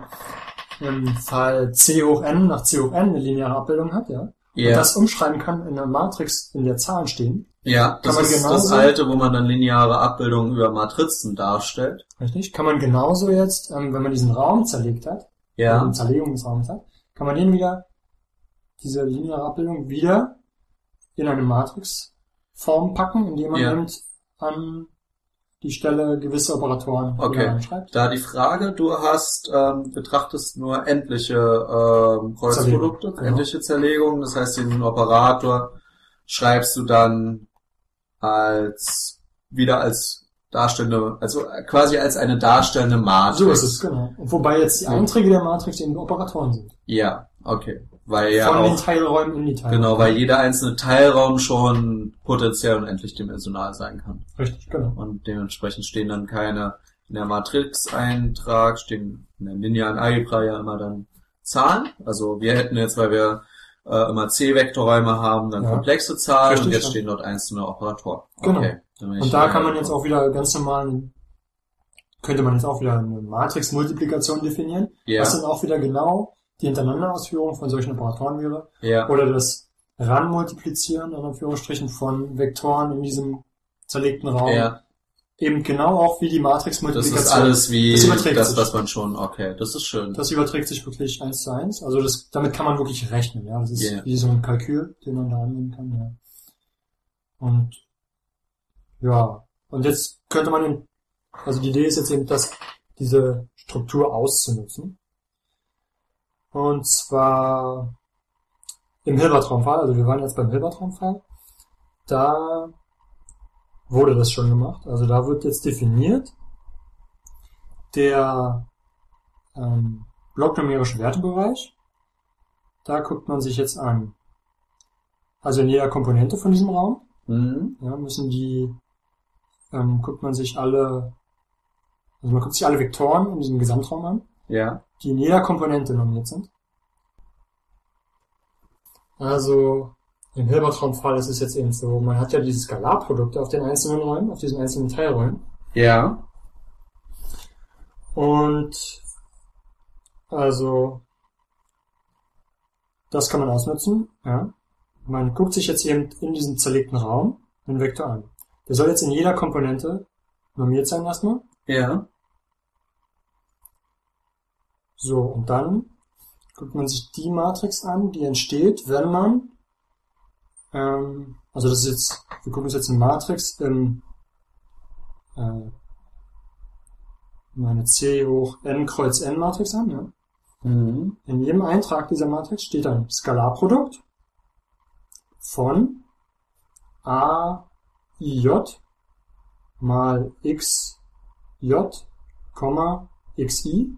S2: im Fall C hoch n nach C hoch n eine lineare Abbildung hat, ja, und
S1: Ja,
S2: das umschreiben kann, in der Matrix in der Zahlen stehen.
S1: ja das
S2: man
S1: ist
S2: genau
S1: das
S2: sagen?
S1: alte, wo man dann lineare Abbildungen über Matrizen darstellt.
S2: Richtig? Kann man genauso jetzt, ähm, wenn man diesen Raum zerlegt hat,
S1: Ja,
S2: also Zerlegung des Raumes hat, kann man den wieder, diese lineare Abbildung wieder in eine Matrixform packen, indem man
S1: Ja.
S2: eben an die Stelle gewisse Operatoren wieder
S1: Okay.
S2: reinschreibt.
S1: da die Frage, du hast, ähm, betrachtest nur endliche ähm, Kreuzprodukte,
S2: Zerlegung, genau.
S1: endliche Zerlegungen, das heißt, den Operator schreibst du dann als, wieder als darstellende, also quasi als eine darstellende Matrix.
S2: So ist es, genau. Und wobei jetzt die
S1: Ja.
S2: Einträge der Matrix eben Operatoren sind.
S1: Ja, okay. Weil ja
S2: Von den
S1: auch,
S2: Teilräumen in die Teilräume.
S1: genau, weil jeder einzelne Teilraum schon potenziell unendlich dimensional sein kann.
S2: Richtig, genau.
S1: und dementsprechend stehen dann keine in der Matrix-Eintrag, stehen in der linearen Algebra ja immer dann Zahlen. Also wir hätten jetzt, weil wir äh, immer C-Vektorräume haben, dann
S2: Ja.
S1: komplexe Zahlen
S2: Verstehe
S1: und jetzt
S2: schon.
S1: stehen dort einzelne Operatoren.
S2: Genau.
S1: dann bin ich
S2: Und da
S1: wieder-
S2: kann man jetzt auch wieder ganz normal, könnte man jetzt auch wieder eine Matrix-Multiplikation definieren,
S1: ja,
S2: was dann auch wieder genau die Hintereinanderausführung von solchen Operatoren wäre.
S1: ja,
S2: Oder das Ranmultiplizieren, in Anführungsstrichen, von Vektoren in diesem zerlegten Raum.
S1: ja.
S2: Eben genau auch wie die
S1: Das
S2: Matrix-Multiplikation.
S1: ist alles wie
S2: Das
S1: das,
S2: überträgt sich.
S1: was man schon, okay, das ist schön.
S2: Das überträgt sich wirklich eins zu eins. Also das, damit kann man wirklich rechnen. Ja, das ist
S1: Ja.
S2: wie so ein Kalkül, den man da annehmen kann. Ja. Und ja, und jetzt könnte man, den, also die Idee ist jetzt eben, dass diese Struktur auszunutzen. Und zwar im Hilbertraumfall. Also wir waren jetzt beim Hilbertraumfall. Da wurde das schon gemacht. Also da wird jetzt definiert der ähm, blocknumerische Wertebereich. Da guckt man sich jetzt an. Also in jeder Komponente von diesem Raum
S1: mhm.
S2: ja, müssen die, ähm, guckt man sich alle, also man guckt sich alle Vektoren in diesem Gesamtraum an,
S1: Ja,
S2: die in jeder Komponente nominiert sind. Also im Hilbertraumfall ist es jetzt eben so, man hat ja diese Skalarprodukte auf den einzelnen Räumen, auf diesen einzelnen Teilräumen.
S1: ja,
S2: Und also das kann man ausnutzen. Ja. Man guckt sich jetzt eben in diesem zerlegten Raum den Vektor an. Der soll jetzt in jeder Komponente normiert sein erstmal.
S1: ja,
S2: So, und dann guckt man sich die Matrix an, die entsteht, wenn man, ähm, also das ist jetzt, wir gucken uns jetzt eine Matrix im, äh, meine C hoch n kreuz n Matrix an, ja.
S1: mhm.
S2: In jedem Eintrag dieser Matrix steht ein Skalarprodukt von a ij mal x j, Komma, xi.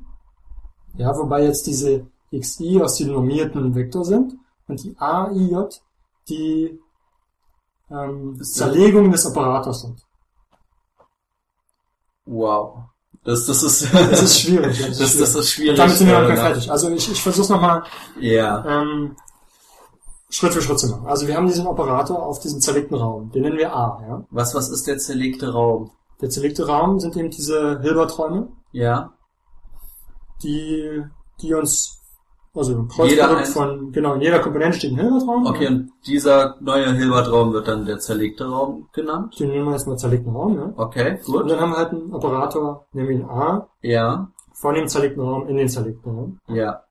S2: Ja, wobei jetzt diese xi aus dem normierten Vektor sind und die a ij die ähm,
S1: Ist das-
S2: Zerlegung des Operators sind.
S1: wow. Das, das ist,
S2: Das ist schwierig.
S1: das,
S2: Das ist
S1: das,
S2: schwierig.
S1: ist schwierig.
S2: Damit sind wir noch
S1: äh,
S2: nicht fertig. Also ich, ich versuche es nochmal
S1: Ja,
S2: ähm, Schritt für Schritt zu machen. Also wir haben diesen Operator auf diesem zerlegten Raum. Den nennen wir A. Ja?
S1: Was, was ist der zerlegte Raum?
S2: Der zerlegte Raum sind eben diese Hilberträume,
S1: Ja,
S2: die, die uns, also ein
S1: Jeder
S2: Kreuzprodukt
S1: einz-
S2: von, genau, in jeder Komponente steht ein Hilbertraum.
S1: okay, und dieser neue Hilbertraum wird dann der zerlegte Raum genannt.
S2: Den nennen wir jetzt mal zerlegten Raum. Ja?
S1: Okay,
S2: Und
S1: gut.
S2: dann haben wir halt einen Operator, nennen wir ihn A,
S1: Ja,
S2: von dem zerlegten Raum in den zerlegten Raum.
S1: ja,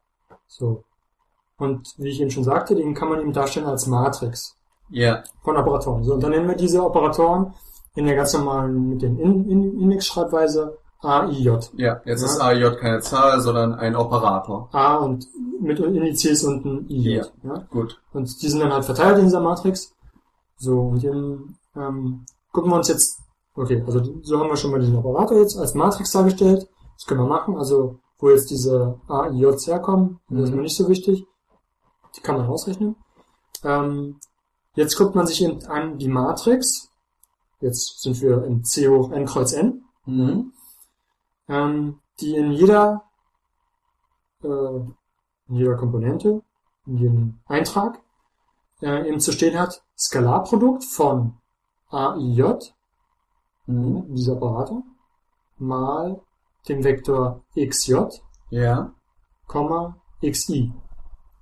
S2: So. Und wie ich eben schon sagte, den kann man eben darstellen als Matrix.
S1: ja,
S2: von Operatoren. So, und dann nennen wir diese Operatoren in der ganz normalen, mit den In- In- Index-Schreibweise A, I, J.
S1: ja. Jetzt
S2: Ja.
S1: ist AJ keine Zahl, sondern ein Operator.
S2: A und mit Indizes und ein I, J. Ja.
S1: Gut.
S2: Und die sind dann halt verteilt in dieser Matrix. So, und dann ähm, gucken wir uns jetzt, okay, also so haben wir schon mal diesen Operator jetzt als Matrix dargestellt. Das können wir machen. Also, wo jetzt diese A, I, J herkommen, das ist
S1: Mhm.
S2: mir nicht so wichtig. Die kann man ausrechnen. Ähm, jetzt guckt man sich eben an die Matrix. Jetzt sind wir im C hoch N kreuz N.
S1: Mhm.
S2: Ähm, die in jeder, äh, in jeder Komponente, in jedem Eintrag äh, eben zu stehen hat, Skalarprodukt von AIJ,
S1: Mhm.
S2: dieser Operator, mal dem Vektor XJ,
S1: Ja,
S2: Komma, XI.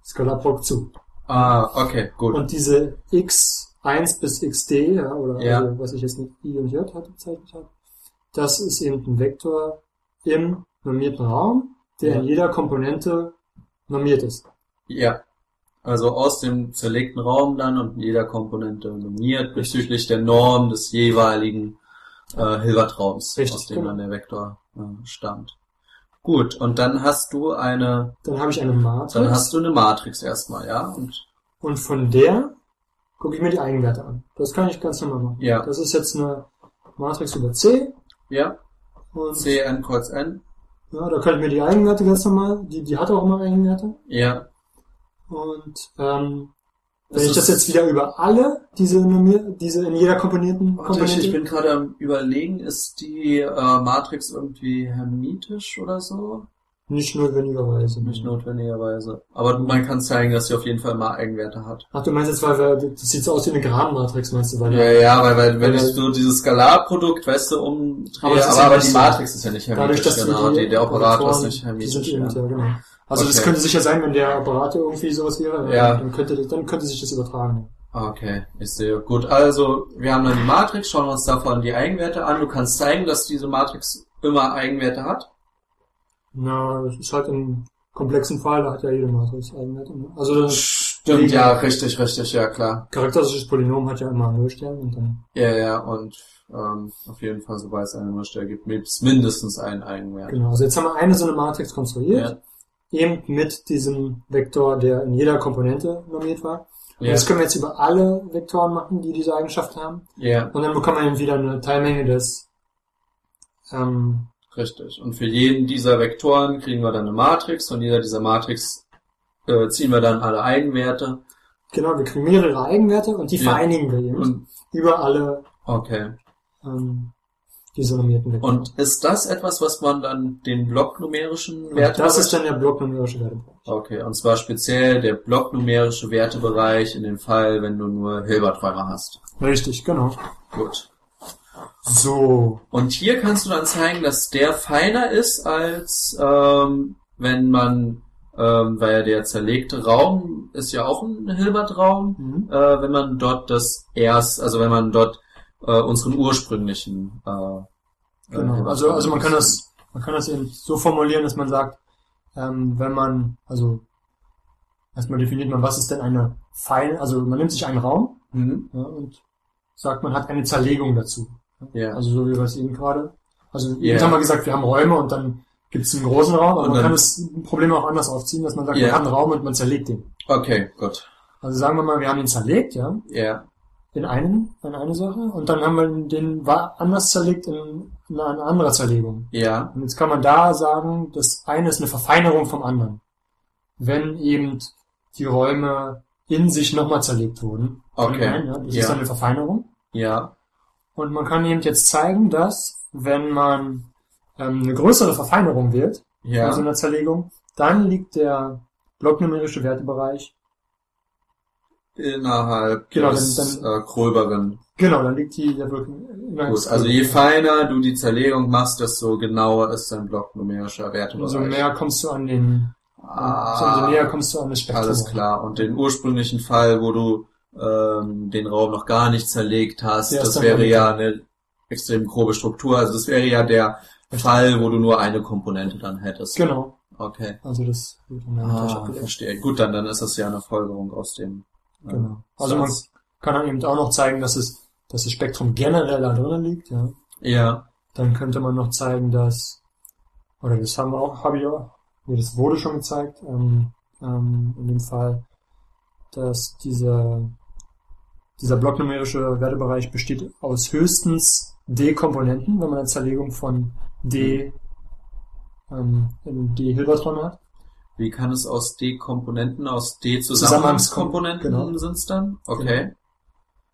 S2: Skalarprodukt zu.
S1: Ah, okay, gut.
S2: Und diese X1 bis XD, ja, oder
S1: Ja.
S2: Also, was ich jetzt mit I und J hatte bezeichnet habe, das ist eben ein Vektor im normierten Raum, der
S1: Ja.
S2: in jeder Komponente normiert ist.
S1: Ja. Also aus dem zerlegten Raum dann und jeder Komponente normiert bezüglich der Norm des jeweiligen äh, Hilbertraums,
S2: Richtig,
S1: aus dem
S2: genau.
S1: dann der Vektor äh, stammt. Gut, und dann hast du eine,
S2: Dann habe ich eine Matrix
S1: dann hast du eine Matrix erstmal, ja? Und
S2: und von der gucke ich mir die Eigenwerte an. Das kann ich ganz normal machen.
S1: Ja.
S2: Das ist jetzt eine Matrix über C
S1: ja,
S2: und
S1: C n kurz n,
S2: Ja, da könnte ich mir die Eigenwerte ganz normal, die, die hat auch immer Eigenwerte.
S1: ja.
S2: Und ähm, wenn
S1: Das
S2: ich
S1: ist-
S2: das jetzt wieder über alle, diese, Normier- diese in jeder Komponierten,
S1: Warte, ich,
S2: Komponente,
S1: ich bin gerade am überlegen, ist die äh, Matrix irgendwie hermitisch oder so?
S2: nicht notwendigerweise.
S1: Nicht notwendigerweise. Aber man kann zeigen, dass sie auf jeden Fall mal Eigenwerte hat.
S2: Ach, du meinst jetzt, weil wir, das sieht so aus wie eine Grabenmatrix, meinst du? Weil
S1: Ja, ja, weil, weil wenn
S2: Weil-
S1: ich so dieses Skalarprodukt, weißt du, umdrehe,
S2: Aber
S1: aber,
S2: es ist
S1: aber,
S2: ja nicht
S1: die
S2: so.
S1: Matrix ist ja nicht hermitisch,
S2: dadurch, dass du
S1: genau, die, der Operator ist
S2: Operatoren,
S1: nicht
S2: die sind
S1: hermitisch.
S2: eben,
S1: Ja.
S2: ja, genau. Also das
S1: Okay.
S2: könnte sicher sein, wenn der Operator irgendwie sowas wäre,
S1: Ja.
S2: dann könnte, das- dann könnte sich das übertragen.
S1: Okay, ich sehe. Gut, also wir haben dann die Matrix, schauen uns davon die Eigenwerte an. Du kannst zeigen, dass diese Matrix immer Eigenwerte hat.
S2: Na, das ist halt im komplexen Fall, da hat ja jede Matrix Eigenwerte. ne? Also das
S1: Stimmt, ja, richtig, richtig, ja klar.
S2: charakteristisches Polynom hat ja immer Nullstellen und dann
S1: Ja, ja, und ähm, auf jeden Fall, sobald es eine Nullstelle gibt, gibt es mindestens einen Eigenwert.
S2: Genau, also jetzt haben wir eine so eine Matrix konstruiert, eben mit diesem Vektor, der in jeder Komponente normiert war. Und
S1: Ja,
S2: das können wir jetzt über alle Vektoren machen, die diese Eigenschaften haben.
S1: ja,
S2: Und dann bekommen wir eben wieder eine Teilmenge des ähm,
S1: richtig. Und für jeden dieser Vektoren kriegen wir dann eine Matrix und jeder dieser Matrix äh, ziehen wir dann alle Eigenwerte.
S2: genau, wir kriegen mehrere Eigenwerte und die
S1: Ja.
S2: vereinigen wir eben
S1: Und,
S2: über alle
S1: okay.
S2: ähm, diese normierten Vektoren.
S1: Und ist das etwas, was man dann den blocknumerischen
S2: Und
S1: Wert
S2: das ist dann der blocknumerische Wertebereich.
S1: Okay, und zwar speziell der blocknumerische Wertebereich in dem Fall, wenn du nur Hilberträume hast.
S2: Richtig, genau.
S1: Gut.
S2: So,
S1: Und hier kannst du dann zeigen, dass der feiner ist, als ähm, wenn man, ähm, weil ja der zerlegte Raum ist ja auch ein Hilbertraum,
S2: mhm.
S1: äh, wenn man dort das erst, also wenn man dort äh, unseren ursprünglichen äh, äh,
S2: Genau.
S1: Hilbertraum
S2: Also, also man kann
S1: benutzt.
S2: das, man kann das eben so formulieren, dass man sagt, ähm, wenn man, also erstmal definiert man, was ist denn eine feine, also man nimmt sich einen Raum
S1: Mhm.
S2: ja, und sagt, man hat eine Zerlegung dazu.
S1: Ja.
S2: Also so wie wir es eben gerade. Also
S1: Ja.
S2: eben haben wir gesagt, wir haben Räume und dann gibt es einen großen Raum, aber
S1: Und
S2: man
S1: dann-
S2: kann das Problem auch anders aufziehen, dass man sagt,
S1: Ja.
S2: man hat einen Raum und man zerlegt den.
S1: Okay, gut.
S2: Also sagen wir mal, wir haben ihn zerlegt, ja,
S1: Ja.
S2: in einen, in eine Sache, und dann haben wir den war anders zerlegt in, in eine andere Zerlegung.
S1: Ja.
S2: Und jetzt kann man da sagen, das eine ist eine Verfeinerung vom anderen. Wenn eben die Räume in sich nochmal zerlegt wurden.
S1: Okay.
S2: Nein, ja, das
S1: Ja.
S2: ist dann eine Verfeinerung.
S1: Ja.
S2: Und man kann eben jetzt zeigen, dass wenn man ähm, eine größere Verfeinerung wählt,
S1: Ja.
S2: also einer Zerlegung, dann liegt der blocknumerische Wertebereich,
S1: innerhalb
S2: Genau,
S1: des
S2: dann- dann-
S1: äh, gröberen.
S2: genau, dann liegt die, der Blocken,
S1: Gut, also je feiner du die Zerlegung machst, desto genauer ist dein blocknumerischer Wertebereich.
S2: umso mehr kommst du an den, umso
S1: ah,
S2: näher kommst du an das Spektrum.
S1: alles klar. Und den ursprünglichen Fall, wo du ähm, den Raum noch gar nicht zerlegt hast,
S2: Der ist
S1: das
S2: dann halt-
S1: wäre
S2: weniger.
S1: ja eine extrem grobe Struktur. Also das wäre ja der Fall, wo du nur eine Komponente dann hättest.
S2: Genau.
S1: Okay.
S2: Also das wird dann natürlich
S1: Ah,
S2: abgedeckt.
S1: verstehe. Gut, dann, dann ist das ja eine Folgerung aus dem. äh,
S2: Genau. Also man
S1: Satz.
S2: kann dann eben auch noch zeigen, dass es, dass das Spektrum generell da drinnen liegt. Ja.
S1: ja,
S2: Dann könnte man noch zeigen, dass, oder das haben wir auch, habe ich auch, nee, das wurde schon gezeigt, ähm, ähm, in dem Fall, dass dieser, dieser blocknumerische Wertebereich besteht aus höchstens D-Komponenten, wenn man eine Zerlegung von D ähm, in D-Hilberträume hat.
S1: Wie kann es aus D-Komponenten, aus
S2: Zusammenhangskomponenten,
S1: D-Zusammenhangskomponenten
S2: genau.
S1: sind's dann? Okay.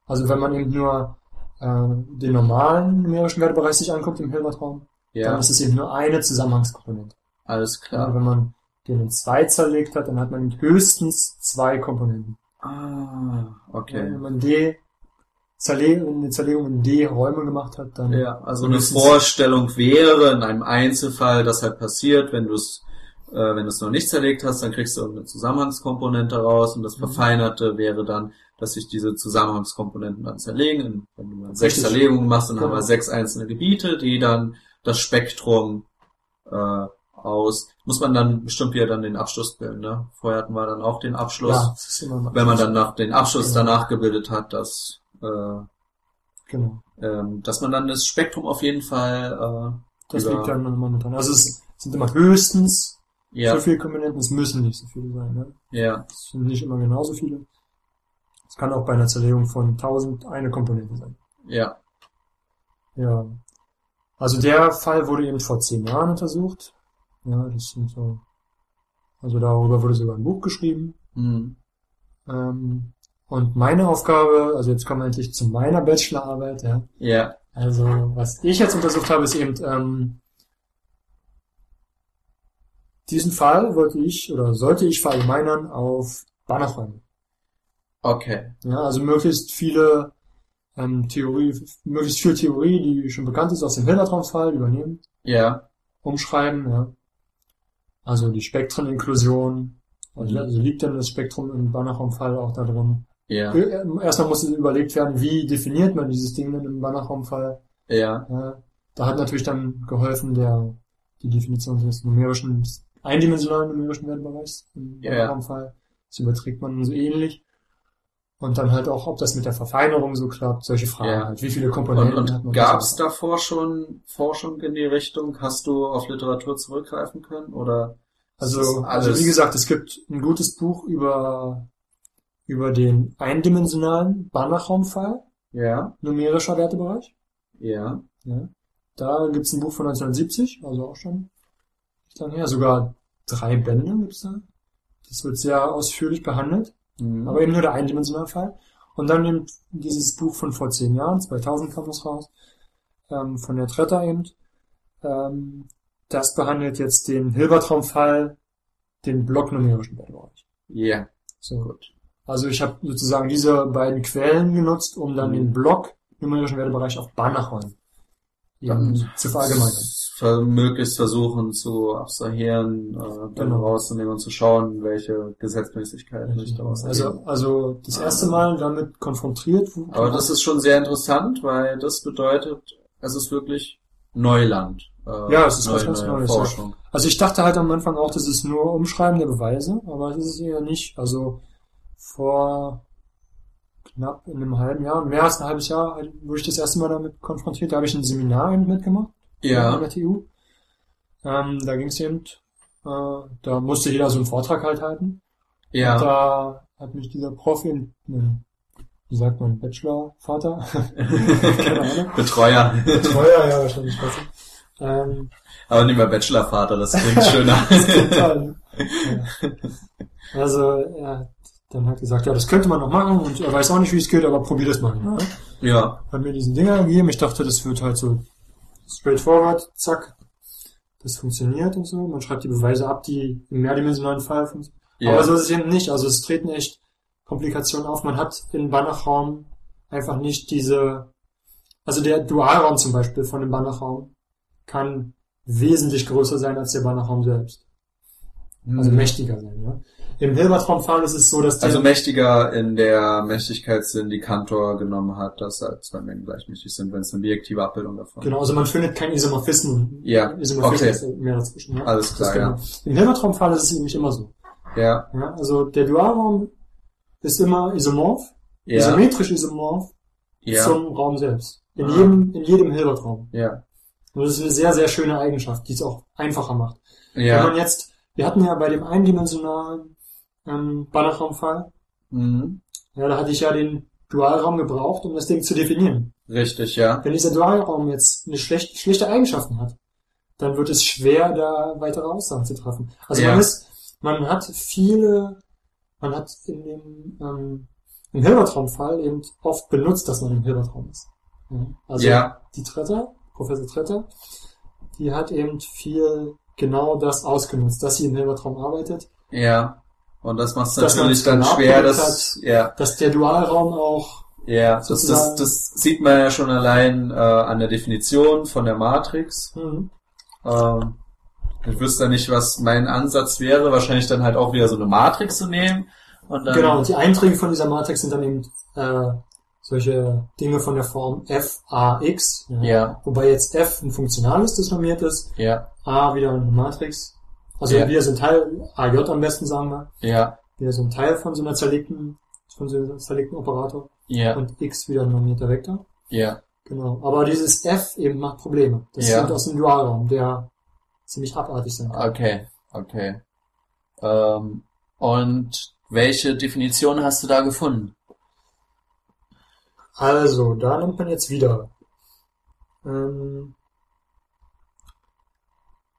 S2: Also wenn man eben nur äh, den normalen numerischen Wertebereich sich anguckt im Hilbertraum, dann
S1: Ja,
S2: ist es eben nur eine Zusammenhangskomponente.
S1: alles
S2: Ja.
S1: klar.
S2: Wenn man den in zwei zerlegt hat, dann hat man höchstens zwei Komponenten.
S1: Ah, okay.
S2: Wenn man D zerlegt, wenn die Zerlegung in D Räume gemacht hat, dann
S1: Ja, also eine
S2: Mindestens-
S1: Vorstellung wäre in einem Einzelfall, das halt passiert, wenn du es äh, wenn du es noch nicht zerlegt hast, dann kriegst du irgendeine Zusammenhangskomponente raus und das
S2: Mhm.
S1: Verfeinerte wäre dann, dass sich diese Zusammenhangskomponenten dann zerlegen. Und wenn du dann sechs
S2: Richtig.
S1: Zerlegungen machst, dann haben wir
S2: Genau.
S1: sechs einzelne Gebiete, die dann das Spektrum äh, aus. Muss man dann bestimmt wieder dann den Abschluss bilden. Ne? Vorher hatten wir dann auch den Abschluss.
S2: Ja, das ist immer noch-
S1: Wenn man dann nach den Abschluss
S2: Genau.
S1: danach gebildet hat, dass äh,
S2: Genau.
S1: ähm, dass man dann das Spektrum auf jeden Fall äh,
S2: Das
S1: Über-
S2: liegt dann immer mit dran. Also es sind immer höchstens
S1: äh, ja
S2: so viele Komponenten, es müssen nicht so viele sein. Ne?
S1: ja
S2: Es sind nicht immer genauso viele. Es kann auch bei einer Zerlegung von 1000 eine Komponente sein.
S1: ja
S2: Ja. Also der Fall wurde eben vor zehn Jahren untersucht. Ja, das sind so. Also darüber wurde sogar ein Buch geschrieben.
S1: hm.
S2: Ähm, und meine Aufgabe, also jetzt kommen wir endlich zu meiner Bachelorarbeit, ja.
S1: ja
S2: Also, was ich jetzt untersucht habe, ist eben, ähm, diesen Fall wollte ich oder sollte ich verallgemeinern auf Banachräume.
S1: okay
S2: Ja, also möglichst viele ähm, Theorie, möglichst viel Theorie, die schon bekannt ist aus dem Hillertraumfall übernehmen,
S1: ja
S2: umschreiben, ja. Also die Spektreninkklusion. Und
S1: Mhm.
S2: also liegt denn das Spektrum im Banachraumfall auch da drin? Äh,
S1: ja
S2: Erstmal muss überlegt werden, wie definiert man dieses Ding denn im Banachraumfall?
S1: ja
S2: Ja, da hat natürlich dann geholfen der, die Definition des numerischen, des eindimensionalen numerischen Wertbereichs im
S1: Ja, ja.
S2: Raumfall. Das überträgt man so ähnlich. Und dann halt auch, ob das mit der Verfeinerung so klappt, solche Fragen
S1: Ja.
S2: halt. Wie viele
S1: und,
S2: Komponenten
S1: und
S2: hat man?
S1: gab es davor schon Forschung in die Richtung hast du auf Literatur zurückgreifen können oder ist
S2: Also,
S1: das
S2: also
S1: alles-
S2: wie gesagt, es gibt ein gutes Buch über, über den eindimensionalen Banach-Raumfall,
S1: ja
S2: numerischer Wertebereich.
S1: ja
S2: Ja. Da gibt's ein Buch von 1970, also auch schon nicht lange her. Sogar drei Bände gibt's da. Das wird sehr ausführlich behandelt,
S1: hm.
S2: aber eben nur der eindimensionale Fall. Und dann eben dieses Buch von vor zehn Jahren, 2000 kam das raus, ähm, von der Tretter eben. Ähm, das behandelt jetzt den Hilbertraumfall, den blocknumerischen Bereich.
S1: ja
S2: So. Also ich habe sozusagen diese beiden Quellen genutzt, um dann
S1: Mhm.
S2: den Block numerischen Wertebereich auf Banachon
S1: Dann-
S2: zu verallgemeinern.
S1: Ver möglichst versuchen zu abstrahieren, äh, dann
S2: Genau.
S1: rauszunehmen und zu schauen, welche Gesetzmäßigkeiten sich daraus ergeben.
S2: Also, also das erste Mal damit konfrontiert. wo-
S1: Aber das ist schon sehr interessant, weil das bedeutet, es ist wirklich Neuland. äh,
S2: Ja, es ist
S1: neue,
S2: was ganz
S1: neue
S2: Neues, ja.
S1: Forschung.
S2: also ich dachte halt am Anfang auch, das ist nur Umschreiben der Beweise, aber das ist es eher nicht. Also vor knapp in einem halben Jahr, mehr als ein halbes Jahr, wurde ich das erste Mal damit konfrontiert. Da habe ich ein Seminar eben mitgemacht an
S1: Ja,
S2: der TU. Ähm, da ging es eben, äh, da musste jeder so einen Vortrag halt halten. Und
S1: ja,
S2: da hat mich dieser Prof, in, ne, wie sagt man, Bachelor-Vater? Keine Ahnung.
S1: Betreuer.
S2: Teuer, ja, wahrscheinlich. weiß ich. Ähm,
S1: Aber nicht mehr Bachelorvater, das klingt schöner.
S2: total. ja. Also, er hat dann hat gesagt, ja, das könnte man noch machen und er weiß auch nicht, wie es geht, aber probier das mal. Ne?
S1: ja,
S2: Hat mir diesen Dinger gegeben. Ich dachte, das wird halt so straightforward, zack. Das funktioniert und so. Man schreibt die Beweise ab, die im mehrdimensionalen Fall funktionieren.
S1: ja,
S2: Aber so ist es eben nicht. Also es treten echt Komplikationen auf. Man hat im Banachraum einfach nicht diese, also der Dualraum zum Beispiel von dem Banachraum kann wesentlich größer sein als der Banachraum selbst. Also mächtiger sein. Ne? Im Hilbertraumfall ist es so, dass der,
S1: Mhm. Hm. Also mächtiger in der Mächtigkeitssinn, die Kantor genommen hat, dass halt zwei Mengen gleichmächtig sind, wenn es eine objektive Abbildung davon
S2: genau, also man findet keinen Isomorphismus.
S1: Ja,
S2: Isomorphismus mehr dazwischen. Ne?
S1: Alles klar, ja.
S2: Das genau. Im Hilbertraumfall ist es nämlich immer so.
S1: Ja,
S2: Ja? Also der Dualraum ist immer isomorph,
S1: ja,
S2: isometrisch isomorph
S1: ja,
S2: zum Raum selbst. In
S1: Ah.
S2: jedem, in jedem Hilbertraum.
S1: ja,
S2: Und das ist eine sehr, sehr schöne Eigenschaft, die es auch einfacher macht. Wenn
S1: ja,
S2: man jetzt, wir hatten ja bei dem eindimensionalen ähm, Banachraumfall,
S1: mhm.
S2: ja, da hatte ich ja den Dualraum gebraucht, um das Ding zu definieren.
S1: richtig, ja,
S2: Wenn dieser Dualraum jetzt eine schlecht, schlechte Eigenschaften hat, dann wird es schwer, da weitere Aussagen zu treffen. Also
S1: Ja.
S2: man ist, man hat viele, man hat in dem ähm, im Hilbertraumfall eben oft benutzt, dass man im Hilbertraum ist. Ja, Also
S1: ja,
S2: die Tretter, Professor Tretter, die hat eben viel genau das ausgenutzt, dass sie im Hilbertraum arbeitet,
S1: ja. Und das macht es
S2: Dass man
S1: natürlich
S2: es
S1: dann
S2: genau
S1: schwer,
S2: abgedeckt
S1: dass, ja,
S2: dass der Dualraum auch,
S1: ja, das, das,
S2: Sozusagen-
S1: das sieht man ja schon allein äh, an der Definition von der Matrix.
S2: hm,
S1: Ähm, Ich wüsste ja nicht, was mein Ansatz wäre. Wahrscheinlich dann halt auch wieder so eine Matrix zu nehmen. Und dann,
S2: Genau, und die Einträge von dieser Matrix sind dann eben äh, solche Dinge von der Form f, a, x. ja.
S1: Ja,
S2: Wobei jetzt f ein funktionales das normiert ist,
S1: ja,
S2: a wieder eine Matrix. Also
S1: Ja.
S2: wieder so ein Teil, aj am besten sagen wir,
S1: ja,
S2: wieder so ein Teil von so einer zerlegten, von so einem zerlegten Operator
S1: ja,
S2: und x wieder ein normierter Vektor.
S1: ja,
S2: Genau. Aber dieses f eben macht Probleme. Das
S1: Ja.
S2: kommt aus dem Dualraum, der ziemlich abartig sein kann.
S1: okay, okay. Ähm, und welche Definition hast du da gefunden?
S2: Also, da nimmt man jetzt wieder. Ähm,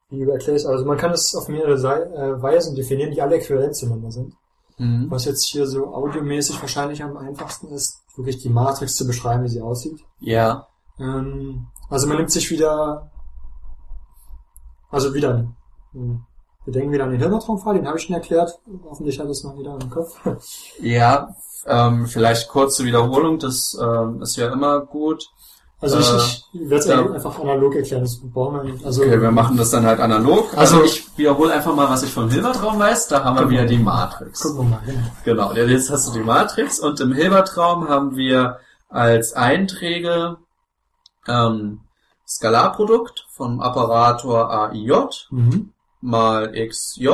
S2: wie erkläre ich Also, man kann es auf mehrere Sei äh, Weisen definieren, die alle äquivalent zueinander sind.
S1: Mhm.
S2: Was jetzt hier so audiomäßig wahrscheinlich am einfachsten ist, wirklich die Matrix zu beschreiben, wie sie aussieht.
S1: Ja,
S2: Ähm, also, man nimmt sich wieder. Also, wieder. hm, Wir denken wieder an den Hirnraumfall, den habe ich schon erklärt. Hoffentlich hat es mal wieder im Kopf.
S1: ja, ähm, vielleicht kurze Wiederholung, das ähm, ist ja immer gut.
S2: Also, ich,
S1: Äh,
S2: ich werde es
S1: ja.
S2: einfach analog erklären. Das brauchen wir nicht. Also,
S1: Okay, wir machen das dann halt analog. Also,
S2: Also-
S1: ich wiederhole einfach mal, was ich vom Hilbertraum weiß. Da haben wir
S2: Genau.
S1: wieder die Matrix.
S2: gucken wir mal. Genau.
S1: Genau, jetzt hast du die Matrix und im Hilbertraum haben wir als Einträge ähm, Skalarprodukt vom Apparator AIJ
S2: Mhm.
S1: mal XJ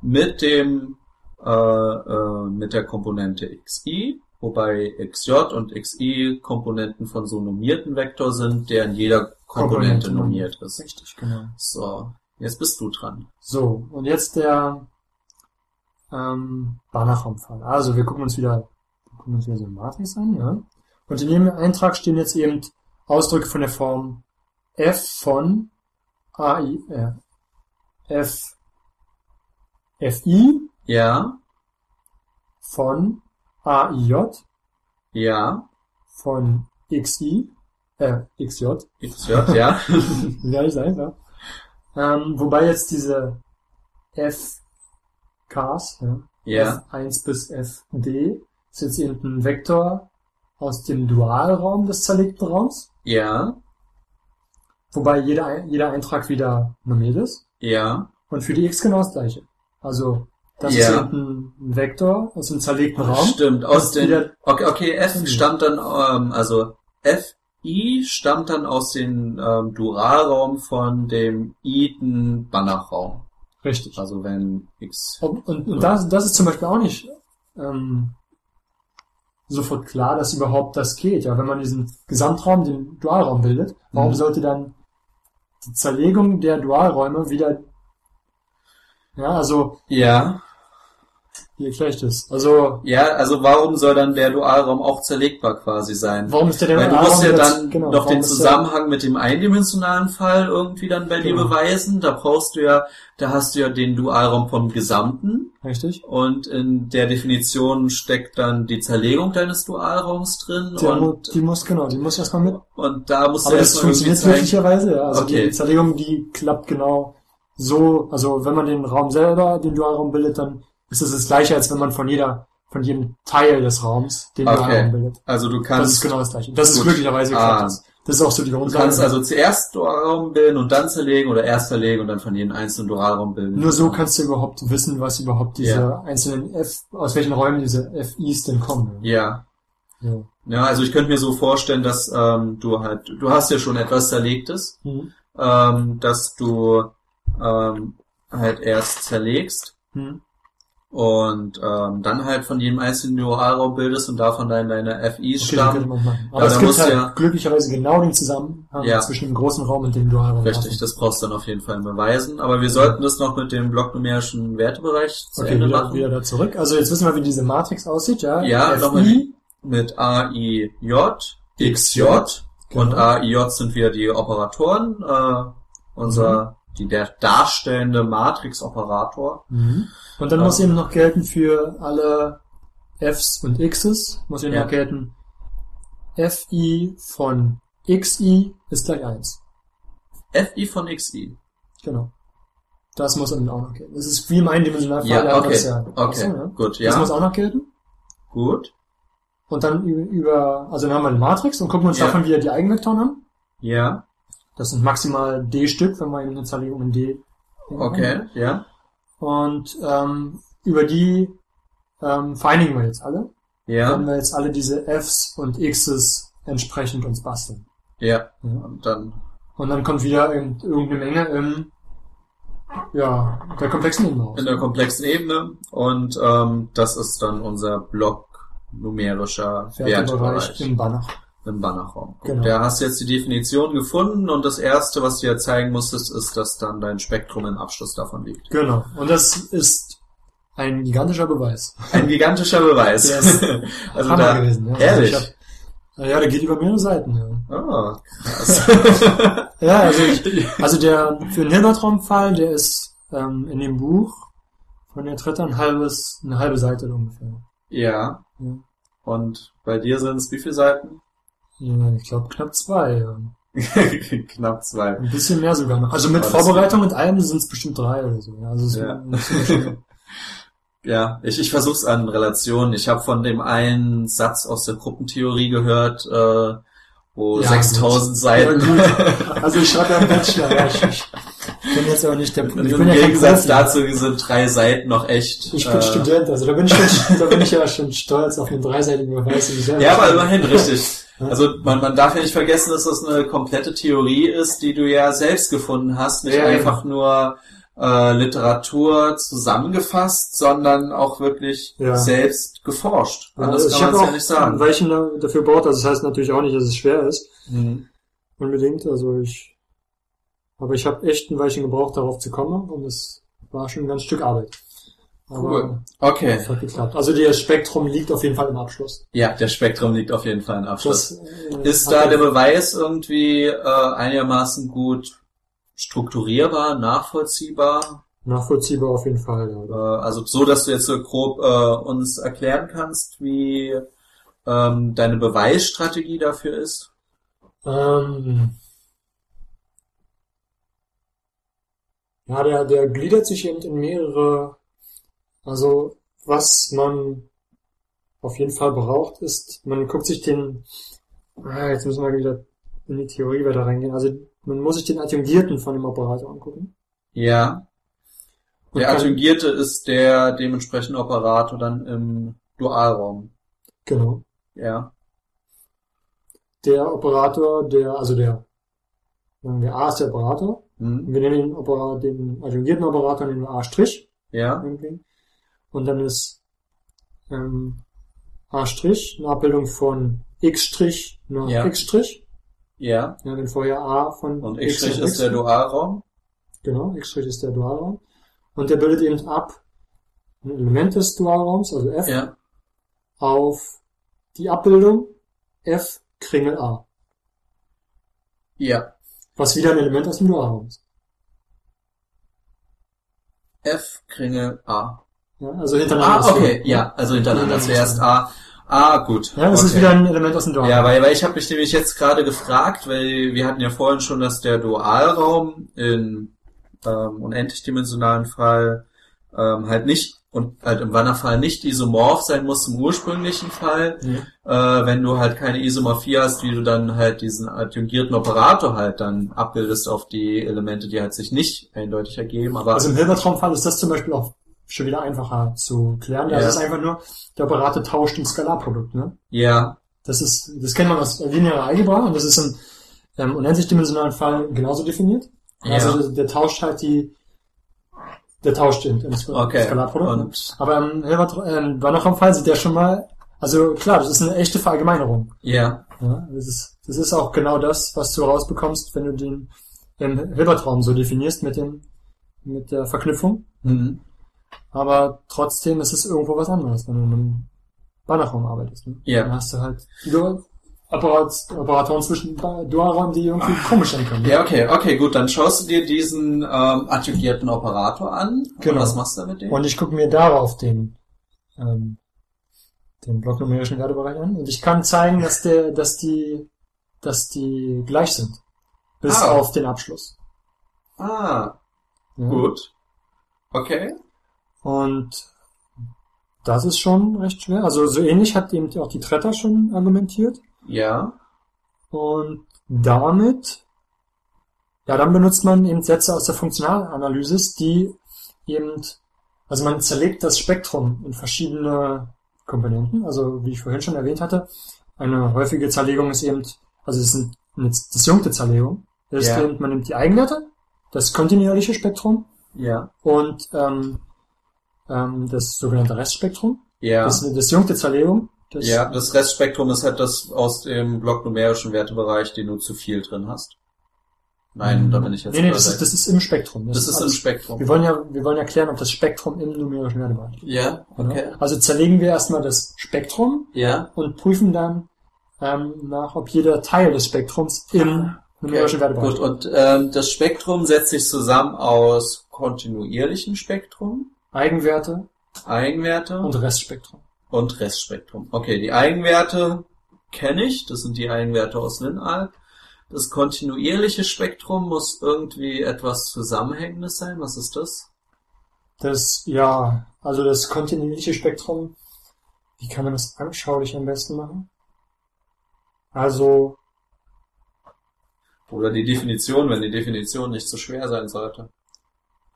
S1: mit dem äh, äh, mit der Komponente XI, wobei XJ und XI Komponenten von so einem normierten Vektor sind, der in jeder Komponente
S2: Komponente.
S1: normiert ist.
S2: Richtig, genau.
S1: So, jetzt bist du dran.
S2: So, und jetzt der ähm, Banachumfall. Also wir gucken uns wieder, wir gucken uns wieder so eine Matrix an, ja. Und in dem Eintrag stehen jetzt eben Ausdrücke von der Form f von ai, äh, f, fi
S1: Ja,
S2: von aij
S1: ja,
S2: von xi, äh, xj,
S1: XJ, ja.
S2: Ja, ich sage ja. Ähm, wobei jetzt diese F-Ks, ja,
S1: ja,
S2: F1 bis FD, ist jetzt eben ein Vektor aus dem Dualraum des zerlegten Raums,
S1: ja,
S2: wobei jeder, Ein- jeder Eintrag wieder normiert ist.
S1: ja,
S2: Und für die X genau das gleiche. Also, das
S1: Ja.
S2: ist eben ein Vektor aus dem zerlegten Raum.
S1: Stimmt,
S2: Das
S1: aus
S2: ist
S1: den.
S2: wieder-
S1: Okay, okay, F
S2: Mhm.
S1: stammt dann, ähm, also FI stammt dann aus dem ähm, Duralraum von dem iten banachraum
S2: Richtig.
S1: Also wenn X.
S2: Ob- Und, und das, das ist zum Beispiel auch nicht ähm, sofort klar, dass überhaupt das geht. Ja, wenn man diesen Gesamtraum, den Dualraum bildet, warum
S1: Mhm.
S2: sollte dann die Zerlegung der Dualräume wieder... Ja, also,
S1: Ja.
S2: wie erkläre ich das? Also,
S1: Ja, also warum soll dann der Dualraum auch zerlegbar quasi sein?
S2: warum ist der
S1: Weil du
S2: Dualraum
S1: musst ja
S2: wieder-
S1: dann
S2: genau,
S1: noch
S2: warum
S1: den
S2: ist der-
S1: Zusammenhang mit dem eindimensionalen Fall irgendwie dann bei dir
S2: Genau.
S1: beweisen. Da brauchst du ja, da hast du ja den Dualraum vom Gesamten.
S2: Richtig.
S1: Und in der Definition steckt dann die Zerlegung deines Dualraums drin.
S2: Der, mu-
S1: und,
S2: die muss, genau, die muss erstmal mit.
S1: und da musst du
S2: Aber das
S1: erstmal irgendwie
S2: funktioniert
S1: zeigen.
S2: möglicherweise, ja. Also
S1: Okay.
S2: die Zerlegung, die klappt genau so. Also wenn man den Raum selber, den Dualraum bildet, dann ist es das gleiche, als wenn man von jeder, von jedem Teil des Raums den
S1: Okay.
S2: Dualraum bildet.
S1: Also du
S2: Das ist
S1: kannst,
S2: genau das gleiche. Das ist
S1: Gut.
S2: glücklicherweise
S1: Ah.
S2: klappt das. Das ist auch so die
S1: du
S2: Grundlage.
S1: kannst also zuerst Dualraum bilden und dann zerlegen oder erst zerlegen und dann von jedem einzelnen Dualraum bilden.
S2: Nur so kannst du überhaupt wissen, was überhaupt diese
S1: Ja.
S2: einzelnen F, aus welchen Räumen diese FIs denn kommen.
S1: Ja.
S2: So.
S1: Ja, also ich könnte mir so vorstellen, dass ähm, du halt, du hast ja schon etwas Zerlegtes,
S2: Mhm.
S1: ähm, dass du ähm, halt erst zerlegst
S2: Mhm.
S1: und ähm, dann halt von jedem einzelnen Neuralraum bildest und davon dann deine FIs
S2: Okay, so könnte
S1: stammen.
S2: man machen. Aber
S1: Aber
S2: es
S1: da
S2: gibt
S1: muss
S2: halt
S1: ja-
S2: glücklicherweise genau den Zusammenhang
S1: Ja.
S2: zwischen dem großen Raum und dem Dualraum.
S1: Richtig, das brauchst du dann auf jeden Fall beweisen. Aber wir sollten das noch mit dem blocknumerischen Wertebereich zu
S2: Okay,
S1: Ende
S2: wieder,
S1: machen.
S2: wieder da zurück. Also jetzt wissen wir, wie diese Matrix aussieht, ja?
S1: Ja,
S2: FI,
S1: nochmal mit AIJ, XJ und
S2: Genau.
S1: AIJ sind wieder die Operatoren, äh, unser, die der darstellende Matrix-Operator.
S2: Mhm. Und dann
S1: Ja.
S2: muss eben noch gelten für alle Fs und Xs, muss eben
S1: Ja.
S2: noch gelten, Fi von Xi ist gleich 1.
S1: FI von XI.
S2: Genau. Das muss eben auch noch gelten. Das ist wie im eindimensionalen Fall.
S1: Ja,
S2: aber das
S1: okay,
S2: ist ja-
S1: okay,
S2: Ach so, ja.
S1: gut,
S2: Das muss
S1: ja,
S2: auch noch gelten.
S1: gut,
S2: Und dann über, also dann haben wir eine Matrix und gucken uns
S1: Ja.
S2: davon wieder die Eigenvektoren an.
S1: ja,
S2: Das sind maximal D-Stück, wenn man eben eine Zerlegung in D.
S1: Okay, ja.
S2: Und ähm, über die ähm, vereinigen wir jetzt alle. Wenn
S1: Ja,
S2: wir jetzt alle diese Fs und Xs entsprechend uns basteln.
S1: ja.
S2: Ja.
S1: Und dann,
S2: Und dann kommt wieder irgend- irgendeine Menge im, ja, der komplexen Ebene raus.
S1: in der komplexen Ebene und ähm, das ist dann unser Block numerischer
S2: Wertebereich
S1: Wertbereich
S2: im Banner.
S1: im Bannerraum.
S2: Genau.
S1: Da hast du jetzt die Definition gefunden und das erste, was du ja zeigen musstest, ist, dass dann dein Spektrum im Abschluss davon liegt.
S2: Genau. Und das ist ein gigantischer Beweis.
S1: Ein gigantischer Beweis.
S2: Der ist
S1: also
S2: Hammer
S1: da,
S2: gewesen. Ja. Also
S1: ehrlich.
S2: ich hab, na ja, der geht über mehrere Seiten. Ja,
S1: Ah, krass.
S2: ja also, ich, also der für den Hilbertraum-Fall, der ist ähm, in dem Buch von der Dritter ein halbes, eine halbe Seite ungefähr.
S1: ja.
S2: Ja.
S1: Und bei dir sind es wie viele Seiten?
S2: Ja, ich glaube knapp zwei. Ja.
S1: Knapp zwei.
S2: Ein bisschen mehr sogar noch. Also mit
S1: Aber das-
S2: Vorbereitung und allem sind es bestimmt drei oder so. Ja, also es
S1: Ja.
S2: ja.
S1: Ja, ich, ich versuche es an Relationen. Ich habe von dem einen Satz aus der Gruppentheorie gehört, äh, wo
S2: Ja,
S1: 6000
S2: gut.
S1: Seiten
S2: Ja, gut. Also ich schreibe ja einen Bachelor. Ja, ich, ich bin jetzt aber nicht der
S1: und
S2: ich
S1: Also im
S2: bin ja kein
S1: Gegensatz
S2: Profi.
S1: dazu sind drei Seiten noch echt.
S2: Ich bin
S1: äh,
S2: Student, also da bin ich, schon, da bin ich ja schon stolz auf den dreiseitigen Beweis. den ich selber
S1: Ja, aber
S2: schreibe.
S1: immerhin richtig.
S2: Ja.
S1: Also man, man darf ja nicht vergessen, dass das eine komplette Theorie ist, die du ja selbst gefunden hast, nicht
S2: Ja, ja.
S1: einfach nur äh, Literatur zusammengefasst, sondern auch wirklich
S2: Ja.
S1: selbst geforscht.
S2: Ja, also
S1: Anders
S2: ich
S1: kann man
S2: habe
S1: es
S2: auch
S1: ja nicht sagen.
S2: Weichen da- dafür baut, also das heißt natürlich auch nicht, dass es schwer ist.
S1: Hm.
S2: Unbedingt, also ich, aber ich habe echt ein Weichen gebraucht, darauf zu kommen und es war schon ein ganz Stück Arbeit. Aber
S1: Cool. Okay.
S2: es hat geklappt. Also das Spektrum liegt auf jeden Fall im Abschluss.
S1: Ja, der Spektrum liegt auf jeden Fall im Abschluss.
S2: äh,
S1: ist
S2: hat
S1: da
S2: er-
S1: der Beweis irgendwie äh, einigermaßen gut strukturierbar, nachvollziehbar?
S2: nachvollziehbar auf jeden Fall. Ja.
S1: Äh, also so, dass du jetzt so grob äh, uns erklären kannst, wie ähm, deine Beweisstrategie dafür ist?
S2: Ähm, ja, der, der gliedert sich eben in mehrere. Also, was man auf jeden Fall braucht, ist, man guckt sich den. Ah, jetzt müssen wir wieder in die Theorie weiter reingehen. Also, man muss sich den Adjungierten von dem Operator angucken.
S1: Ja.
S2: Und
S1: Der
S2: kann-
S1: Adjungierte ist der dementsprechende Operator dann im Dualraum.
S2: Genau.
S1: Ja.
S2: Der Operator, der, also der, sagen wir A ist der Operator.
S1: Hm?
S2: Wir nehmen den, Opera, den adjungierten Operator, nehmen wir A'. Strich.
S1: Ja.
S2: irgendwie. Und dann ist ähm, A' eine Abbildung von X' nach
S1: Ja.
S2: X'. Ja,
S1: Ja.
S2: wenn vorher A von
S1: Und X'
S2: nach
S1: ist der Dualraum.
S2: Genau, X' ist der Dualraum. Und der bildet eben ab ein Element des Dualraums, also F,
S1: Ja.
S2: auf die Abbildung F Kringel A.
S1: Ja.
S2: Was wieder ein Element aus dem Dualraum ist.
S1: F, Kringel, A.
S2: Ja, also hintereinander.
S1: Ah, okay,
S2: deswegen.
S1: ja, also hintereinander
S2: Hintereinander
S1: zuerst A. Ah, gut.
S2: Ja, das ist
S1: okay.
S2: wieder ein Element aus dem Dualraum.
S1: Ja, weil, weil ich habe mich nämlich jetzt gerade gefragt, weil wir hatten ja vorhin schon, dass der Dualraum im ähm, unendlichdimensionalen Fall ähm, halt nicht und halt im Wannerfall nicht isomorph sein muss zum ursprünglichen Fall.
S2: Ja.
S1: Äh, wenn du halt keine Isomorphie hast, wie du dann halt diesen adjungierten Operator halt dann abbildest auf die Elemente, die halt sich nicht eindeutig ergeben, aber
S2: Also im Hilbertraumfall ist das zum Beispiel auch schon wieder einfacher zu klären. Da
S1: Ja.
S2: ist es einfach nur, der Operator tauscht ein Skalarprodukt. Ne?
S1: ja,
S2: Das ist, das kennt man aus linearer Algebra und das ist im ähm, unendlich-dimensionalen Fall genauso definiert.
S1: Ja.
S2: Also der, der tauscht halt die, der tauscht im, im Sk-
S1: okay.
S2: Skalarprodukt. ne?
S1: Und
S2: Aber im Hilbert- ähm, Banachraumfall sieht der schon mal, also klar, das ist eine echte Verallgemeinerung.
S1: ja.
S2: Ja? Das, ist, das ist auch genau das, was du rausbekommst, wenn du den im Hilbertraum so definierst mit dem, mit der Verknüpfung.
S1: Mhm.
S2: Aber trotzdem ist es irgendwo was anderes, wenn du in einem Bannerraum arbeitest. Ne?
S1: Ja.
S2: Dann hast du halt du Apparat, Apparatoren zwischen Dualraum, die irgendwie komisch sein können.
S1: Ah. Ja, okay, okay, gut, dann schaust du dir diesen ähm, adjungierten Operator an. Und
S2: Genau.
S1: was machst du mit dem?
S2: Und ich gucke mir darauf den, ähm, den blocknumerischen Wertebereich an. Und ich kann zeigen, dass der, dass die, dass die gleich sind. Bis
S1: Ah.
S2: auf den Abschluss.
S1: ah,
S2: Ja.
S1: gut. Okay.
S2: Und das ist schon recht schwer. Also so ähnlich hat eben auch die Tretter schon argumentiert.
S1: Ja.
S2: Und damit Ja, dann benutzt man eben Sätze aus der Funktionalanalysis, die eben, also man zerlegt das Spektrum in verschiedene Komponenten. Also wie ich vorhin schon erwähnt hatte, eine häufige Zerlegung ist eben, also es ist ein- eine disjunkte Zerlegung. Das
S1: Ja.
S2: ist eben, man nimmt die Eigenwerte, das kontinuierliche Spektrum
S1: Ja.
S2: und ähm, ähm, das sogenannte Restspektrum.
S1: Ja.
S2: Das ist eine disjunkte Zerlegung. Das,
S1: ja, das Restspektrum ist halt das aus dem Block numerischen Wertebereich, den du zu viel drin hast. Nein, da bin ich jetzt
S2: Mhm. Nee, nee, das
S1: überseitig.
S2: ist, das ist im Spektrum.
S1: das, ist im
S2: alles- Wir
S1: Spektrum.
S2: wollen ja, wir wollen ja klären, ob das Spektrum im numerischen Wertebereich liegt.
S1: Ja, okay.
S2: Also zerlegen wir erstmal das Spektrum
S1: Ja,
S2: und prüfen dann ähm, nach, ob jeder Teil des Spektrums im numerischen
S1: Ah, okay.
S2: Wertebereich
S1: Gut, und ähm, das Spektrum setzt sich zusammen aus kontinuierlichem Spektrum,
S2: Eigenwerte
S1: Eigenwerte
S2: und Restspektrum.
S1: und Restspektrum. Okay, die Eigenwerte kenne ich, das sind die Eigenwerte aus Linal. Das kontinuierliche Spektrum muss irgendwie etwas Zusammenhängendes sein. Was ist das?
S2: Das, ja, also das kontinuierliche Spektrum, wie kann man das anschaulich am besten machen? Also,
S1: Oder die Definition, wenn die Definition nicht zu schwer sein sollte.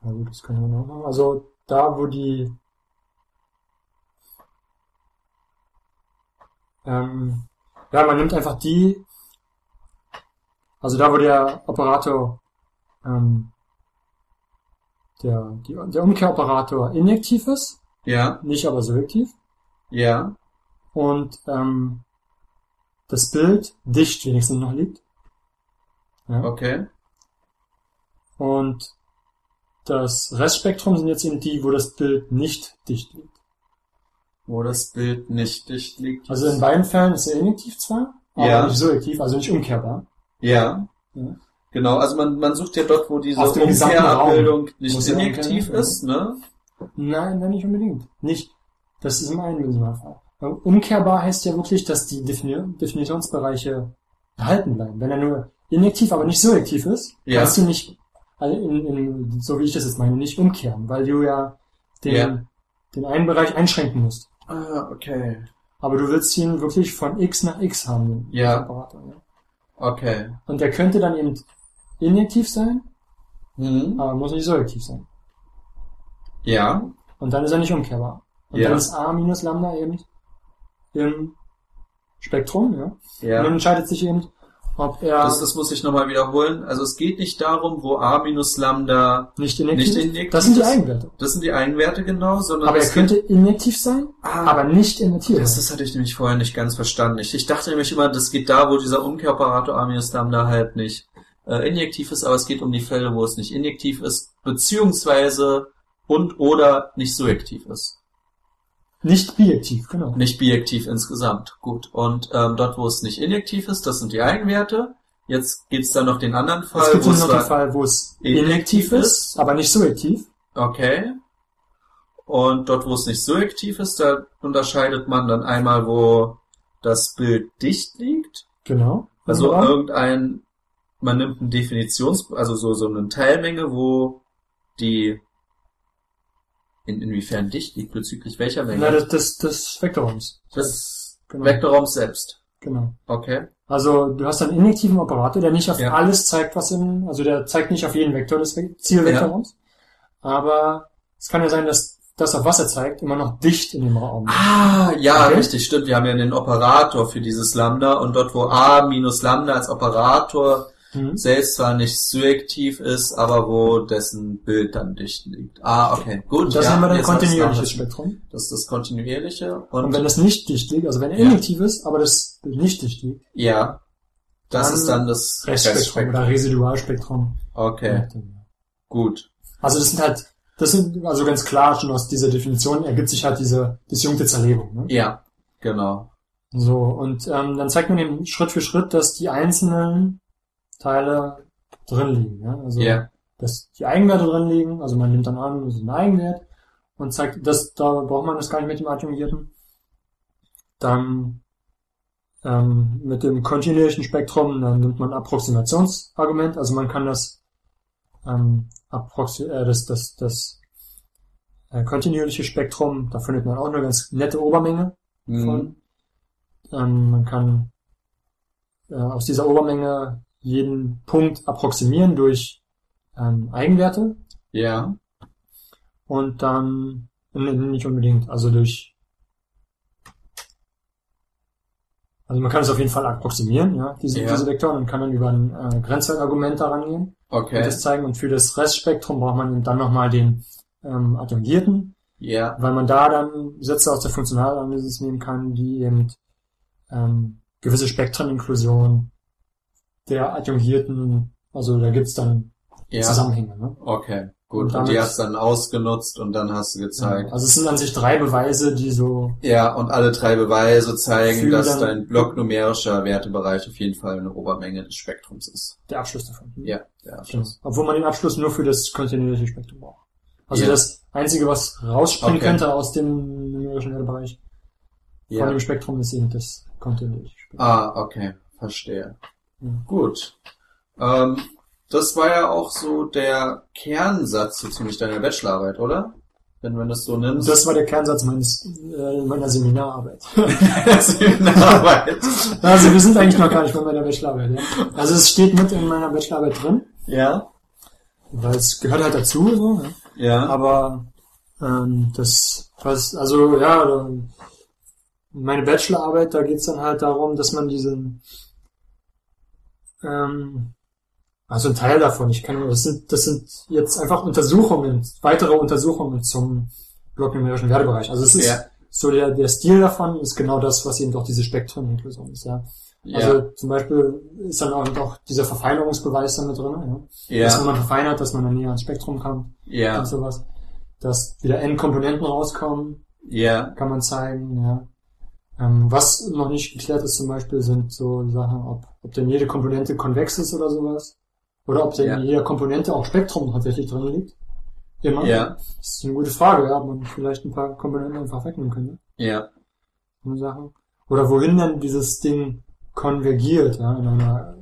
S2: na gut, das können wir noch machen. Also da, wo die ähm, ja, man nimmt einfach die, also da, wo der Operator ähm, der, die, der Umkehroperator injektiv ist,
S1: Ja,
S2: nicht aber surjektiv,
S1: ja,
S2: und ähm, das Bild dicht wenigstens noch liegt. Ja.
S1: okay.
S2: Und das Restspektrum sind jetzt eben die, wo das Bild nicht dicht liegt.
S1: Wo das Bild nicht dicht liegt.
S2: Also in beiden Fällen ist er injektiv zwar, aber
S1: Ja.
S2: nicht surjektiv, also nicht umkehrbar.
S1: Ja.
S2: Ja.
S1: Genau, also man, man sucht ja dort, wo diese
S2: Auf dem gesamten Raum.
S1: Umkehrabbildung nicht
S2: Muss ja
S1: injektiv
S2: umkehren, ja.
S1: ist, ne?
S2: Nein, nein, nicht unbedingt. Nicht. Das ist im Eindimensionalfall. Umkehrbar heißt ja wirklich, dass die Defini- Definitionsbereiche erhalten bleiben. Wenn er nur injektiv, aber nicht surjektiv ist,
S1: Ja.
S2: kannst du nicht, also in, in, so wie ich das jetzt meine, nicht umkehren, weil du ja den,
S1: Ja.
S2: den einen Bereich einschränken musst.
S1: Ah, okay.
S2: Aber du willst ihn wirklich von X nach X haben. den
S1: Ja.
S2: Operator, ne?
S1: Okay.
S2: Und der könnte dann eben injektiv sein,
S1: Hm.
S2: aber muss nicht surjektiv sein.
S1: Ja.
S2: Und dann ist er nicht umkehrbar. Und
S1: Ja.
S2: dann ist A minus Lambda eben im Spektrum, ja. Und dann
S1: Ja.
S2: entscheidet sich eben, ob er
S1: Das, das muss ich nochmal wiederholen. Also es geht nicht darum, wo A minus Lambda,
S2: nicht injektiv
S1: nicht
S2: ist.
S1: injektiv
S2: Das sind die
S1: ist.
S2: Eigenwerte.
S1: das sind die Eigenwerte genau, sondern
S2: Aber er
S1: es
S2: könnte injektiv sein,
S1: geht, ah,
S2: aber nicht invertiert.
S1: Das,
S2: sein.
S1: das hatte ich nämlich vorher nicht ganz verstanden. Ich, ich dachte nämlich immer, das geht da, wo dieser Umkehrparator Aminus Lambda halt nicht äh, injektiv ist, aber es geht um die Fälle, wo es nicht injektiv ist, beziehungsweise und oder nicht surjektiv ist.
S2: nicht bijektiv, genau.
S1: Nicht bijektiv insgesamt. Gut. Und ähm, dort, wo es nicht injektiv ist, das sind die Eigenwerte. Jetzt geht's dann noch den anderen
S2: Es
S1: Fall,
S2: gibt
S1: wo
S2: nur
S1: es
S2: noch den
S1: war,
S2: Fall, wo es
S1: injektiv
S2: injektiv ist,
S1: ist.
S2: aber nicht surjektiv.
S1: Okay. Und dort, wo es nicht surjektiv ist, da unterscheidet man dann einmal, wo das Bild dicht liegt
S2: Genau.
S1: Also
S2: Wunderbar.
S1: irgendein, man nimmt eine Definitions, also so, so eine Teilmenge, wo die in, inwiefern dicht liegt, bezüglich welcher Menge?
S2: Na, das, das, das Vektorraums.
S1: des
S2: Genau.
S1: Vektorraums selbst.
S2: Genau.
S1: Okay.
S2: Also du hast einen injektiven Operator, der nicht auf
S1: Ja.
S2: alles zeigt, was im, also der zeigt nicht auf jeden Vektor des Ve- Zielvektorraums, aber es kann ja sein, dass das, auf was er zeigt, immer noch dicht in dem Raum ist.
S1: Ah, ja,
S2: Okay.
S1: richtig, stimmt. Wir haben ja den Operator für dieses Lambda und dort, wo a minus Lambda als Operator
S2: Mhm.
S1: selbst zwar nicht surjektiv ist, aber wo dessen Bild dann dicht liegt. Ah, okay, gut.
S2: Und das
S1: ja,
S2: nennen wir dann
S1: jetzt hab ich's
S2: kontinuierliches
S1: nachvollzogen.
S2: Spektrum.
S1: Das ist das kontinuierliche
S2: Und, wenn das nicht dicht liegt, also wenn er
S1: Ja.
S2: injektiv ist, aber das Bild nicht dicht liegt,
S1: Ja. Das
S2: Dann
S1: ist dann das
S2: Restspektrum oder Residualspektrum.
S1: Okay, gut.
S2: Also das sind halt, das sind also ganz klar schon aus dieser Definition ergibt sich halt diese disjunkte Zerlegung. Ne?
S1: Ja, genau.
S2: So, und ähm, dann zeigt man eben Schritt für Schritt, dass die einzelnen Teile drin liegen. Ja? Also,
S1: Ja.
S2: dass die Eigenwerte drin liegen. Also man nimmt dann an, das ist ein Eigenwert und zeigt, das, da braucht man das gar nicht mit dem Adjungierten. Dann ähm, mit dem kontinuierlichen Spektrum, dann nimmt man ein Approximationsargument. Also man kann das, ähm, Approxi äh, das, das, das äh, kontinuierliche Spektrum, da findet man auch eine ganz nette Obermenge
S1: Hm.
S2: von. Ähm, man kann äh, aus dieser Obermenge jeden Punkt approximieren durch ähm, Eigenwerte
S1: Ja.
S2: und dann nee, nicht unbedingt, also durch also man kann es auf jeden Fall approximieren, ja, diese,
S1: Ja.
S2: diese Vektoren und kann dann über ein äh, Grenzwertargument daran gehen und
S1: Okay.
S2: das zeigen. Und für das Restspektrum braucht man eben dann nochmal den ähm, Adjungierten,
S1: Ja.
S2: weil man da dann Sätze aus der Funktionalanalysis nehmen kann, die eben ähm, gewisse Spektruminklusion der Adjungierten, also da gibt's dann
S1: Ja.
S2: Zusammenhänge. Ne?
S1: Okay. Gut.
S2: Und
S1: Und die
S2: damit-
S1: hast du dann ausgenutzt und dann hast du gezeigt.
S2: Also es sind an sich drei Beweise, die so
S1: Ja, und alle drei Beweise zeigen,
S2: Für
S1: dass
S2: Genau. dann-
S1: dein Block numerischer Wertebereich auf jeden Fall eine Obermenge des Spektrums ist.
S2: der Abschluss davon.
S1: Ja, der
S2: Genau.
S1: Abschluss.
S2: Obwohl man den Abschluss nur für das kontinuierliche Spektrum braucht. Also
S1: Ja.
S2: das Einzige, was rausspringen
S1: Okay.
S2: könnte aus dem numerischen Wertebereich von
S1: Ja.
S2: dem Spektrum, ist eben das kontinuierliche Spektrum.
S1: Ah, okay, verstehe.
S2: Ja.
S1: Gut. Ähm, das war ja auch so der Kernsatz so ziemlich deiner Bachelorarbeit, oder? Wenn man das so
S2: Und
S1: nimmt.
S2: das war der Kernsatz meines, äh, meiner Seminararbeit.
S1: Seminararbeit.
S2: Also wir sind eigentlich noch gar nicht bei meiner Bachelorarbeit. Ja? Also es steht mit in meiner Bachelorarbeit drin,
S1: Ja.
S2: weil es gehört halt dazu. So, ja?
S1: Ja.
S2: Aber ähm, das, was, also ja, da- meine Bachelorarbeit, da geht's dann halt darum, dass man diesen, ähm, also ein Teil davon, ich kann, das sind, das sind jetzt einfach Untersuchungen, weitere Untersuchungen zum blocknumerischen Wertebereich. Also es ist
S1: Ja.
S2: so der, der Stil davon ist genau das, was eben doch diese Spektruminklusion ist, ja.
S1: Ja.
S2: Also zum Beispiel ist dann auch, auch dieser Verfeinerungsbeweis damit drin, ja. Dass wenn
S1: Ja.
S2: man verfeinert, dass man dann näher ans Spektrum kommt und
S1: Ja.
S2: sowas. Dass wieder N-Komponenten rauskommen,
S1: Ja.
S2: kann man zeigen, ja. Ähm, was noch nicht geklärt ist zum Beispiel, sind so Sachen, ob, ob denn jede Komponente konvex ist oder sowas. Oder ob denn
S1: Ja.
S2: in jeder Komponente auch Spektrum tatsächlich drin liegt. Immer.
S1: Ja.
S2: Das ist eine gute Frage, ja, ob man vielleicht ein paar Komponenten einfach wegnehmen könnte.
S1: Ja.
S2: So ne, Sachen. Oder wohin denn dieses Ding konvergiert, ja, in einer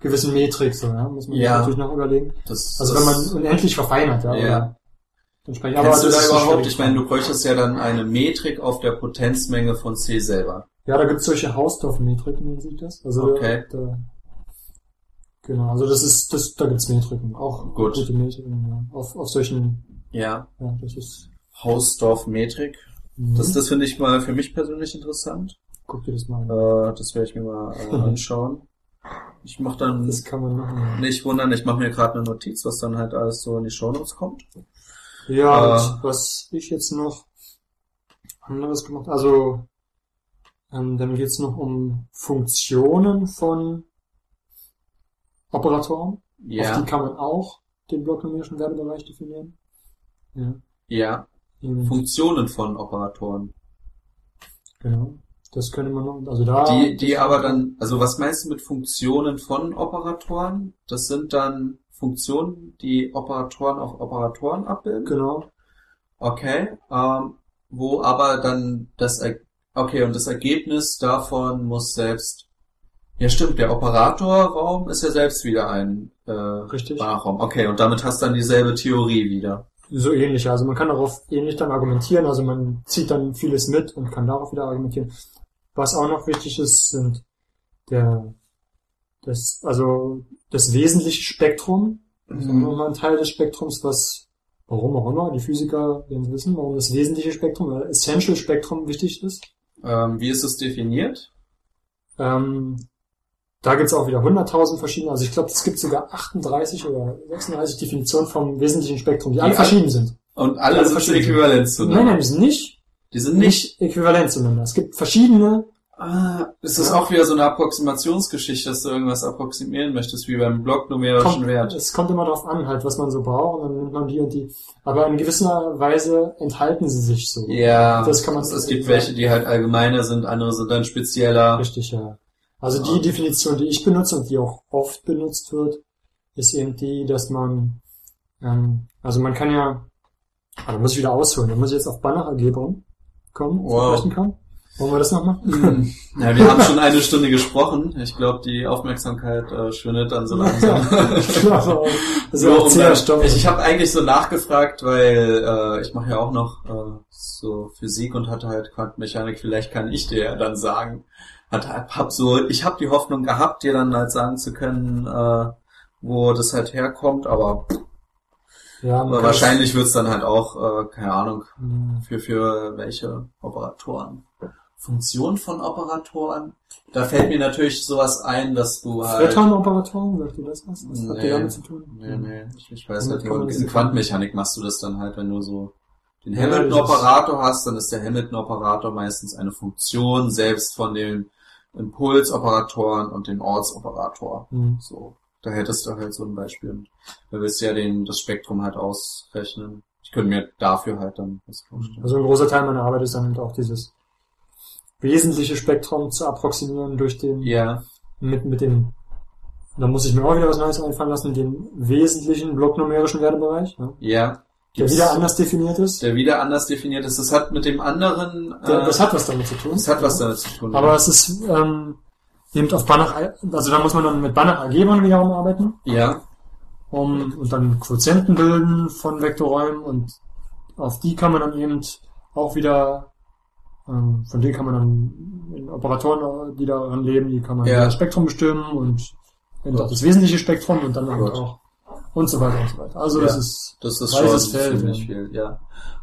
S2: gewissen Metrik, so, ja. Muss man
S1: Ja.
S2: natürlich noch überlegen.
S1: Das,
S2: Also
S1: das,
S2: wenn man unendlich verfeinert, ja.
S1: Ja.
S2: oder- Dann spreche ich, aber
S1: Kennst du
S2: das
S1: da
S2: ist eine
S1: überhaupt,
S2: schwierige
S1: ich meine, du bräuchtest ja dann eine Metrik auf der Potenzmenge von C selber.
S2: Ja, da gibt's solche Hausdorf-Metriken, nennt sich das. Also
S1: Okay.
S2: da, genau, also das ist, das, da gibt's Metriken, auch
S1: Gut.
S2: gute Metriken, ja. Auf, auf solchen,
S1: Ja.
S2: ja, das ist.
S1: Hausdorff-Metrik.
S2: Mhm.
S1: Das, das finde ich mal für mich persönlich interessant.
S2: Guck dir das mal an.
S1: Äh, das werde ich mir mal äh, anschauen. Ich mach dann
S2: Das kann man machen.
S1: nicht wundern, ich mache mir gerade eine Notiz, was dann halt alles so in die Shownotes kommt.
S2: Ja, ja
S1: Äh.
S2: und was ich jetzt noch anderes gemacht, also ähm, dann geht's noch um Funktionen von Operatoren. Auf
S1: Ja,
S2: die kann man auch den blocknumerischen Wertebereich definieren. Ja.
S1: ja.
S2: Ähm,
S1: Funktionen von Operatoren.
S2: Genau. Das könnte man noch, also da.
S1: Die, die aber dann, also was meinst du mit Funktionen von Operatoren? Das sind dann Funktionen, die Operatoren auf Operatoren abbilden?
S2: Genau.
S1: Okay, ähm, wo aber dann das, Er- okay, und das Ergebnis davon muss selbst, ja stimmt, der Operatorraum ist ja selbst wieder ein äh,
S2: Richtig.
S1: Barraum. Okay, und damit hast du dann dieselbe Theorie wieder.
S2: So ähnlich. Also man kann darauf ähnlich dann argumentieren. Also man zieht dann vieles mit und kann darauf wieder argumentieren. Was auch noch wichtig ist, sind der, das, also das wesentliche Spektrum. Das ist auch
S1: Mhm.
S2: nochmal ein Teil des Spektrums, was, warum auch immer, die Physiker werden es wissen, warum das wesentliche Spektrum, oder Essential Spektrum wichtig ist.
S1: Ähm, wie ist es definiert?
S2: Ähm, da gibt's auch wieder 100.000 verschiedene, also ich glaube, es gibt sogar 38 oder 36 Definitionen vom wesentlichen Spektrum, die, alle
S1: Die
S2: verschieden sind.
S1: Und alle
S2: Also
S1: sind
S2: verschieden.
S1: äquivalent
S2: Nein, nein,
S1: zueinander.
S2: die sind nicht,
S1: ne? Die sind nicht,
S2: äquivalent zueinander. Es gibt verschiedene,
S1: ah, ist das
S2: Ja.
S1: auch wieder so eine Approximationsgeschichte, dass du irgendwas approximieren möchtest, wie beim blocknumerischen
S2: kommt,
S1: Wert?
S2: es kommt immer darauf an, halt, was man so braucht, und dann nimmt man die und die. Aber in gewisser Weise enthalten sie sich so.
S1: Ja,
S2: Das kann man-
S1: es gibt welche, die halt allgemeiner sind, andere sind dann spezieller.
S2: Richtig, ja. Also
S1: Ah.
S2: die Definition, die ich benutze und die auch oft benutzt wird, ist eben die, dass man, ähm, also man kann also ja, ah, da muss ich wieder ausholen, da muss ich jetzt auf Banner AG kommen, kommen,
S1: Wow.
S2: sprechen kann. Wollen wir das noch machen?
S1: Hm. Ja, wir haben schon eine Stunde gesprochen. Ich glaube, die Aufmerksamkeit äh, schwindet dann so langsam.
S2: also, das
S1: Nur
S2: war
S1: um
S2: sehr
S1: dann-
S2: stumpf.
S1: ich ich habe eigentlich so nachgefragt, weil äh, ich mache ja auch noch äh, so Physik und hatte halt Quantenmechanik. Vielleicht kann ich dir ja dann sagen, hat, hab so, ich habe die Hoffnung gehabt, dir dann halt sagen zu können, äh, wo das halt herkommt, aber
S2: Ja, man kann-
S1: wahrscheinlich wird's dann halt auch, äh, keine Ahnung,
S2: Hm,
S1: für, für welche Operatoren. Funktion von Operatoren? Da fällt mir natürlich sowas ein, dass du halt.
S2: Flattern-Operatoren, sagt ihr das was? Was habt
S1: Nee.
S2: ihr damit zu tun?
S1: Nee, nee, ich, ich weiß
S2: Damit
S1: halt
S2: kann man
S1: nur,
S2: das
S1: in
S2: nicht-
S1: Quantenmechanik machst du das dann halt, wenn du so den
S2: Ja, das ist-
S1: Hamilton-Operator hast, dann ist der Hamilton-Operator meistens eine Funktion selbst von dem Impulsoperatoren und dem Ortsoperator.
S2: Hm.
S1: So, da hättest du halt so ein Beispiel. Und da willst du ja den, das Spektrum halt ausrechnen. Ich könnte mir dafür halt dann was vorstellen.
S2: Also ein großer Teil meiner Arbeit ist dann eben auch dieses wesentliche Spektrum zu approximieren durch den,
S1: Ja,
S2: mit, mit dem, da muss ich mir auch wieder was Neues einfallen lassen, den wesentlichen blocknumerischen Wertebereich, ja,
S1: ja.
S2: der
S1: Gibt's-
S2: wieder anders definiert ist.
S1: der wieder anders definiert ist. Das hat mit dem anderen,
S2: Der,
S1: äh,
S2: das hat was damit zu tun.
S1: das hat was damit zu tun.
S2: Aber es ist, ähm, eben auf Banach, also da muss man dann mit Banach Ergebern wiederum arbeiten,
S1: ja,
S2: um, und dann Quotienten bilden von Vektorräumen und auf die kann man dann eben auch wieder, ähm, von denen kann man dann in Operatoren, die daran leben, die kann man
S1: Ja.
S2: das Spektrum bestimmen und eben
S1: Gut.
S2: auch das wesentliche Spektrum und dann eben
S1: Gut.
S2: auch und so weiter und so weiter. Also
S1: Oh Ja.
S2: das ist,
S1: das ist
S2: Weißes ne?
S1: schon
S2: Feld,
S1: ziemlich
S2: ja.
S1: viel, ja.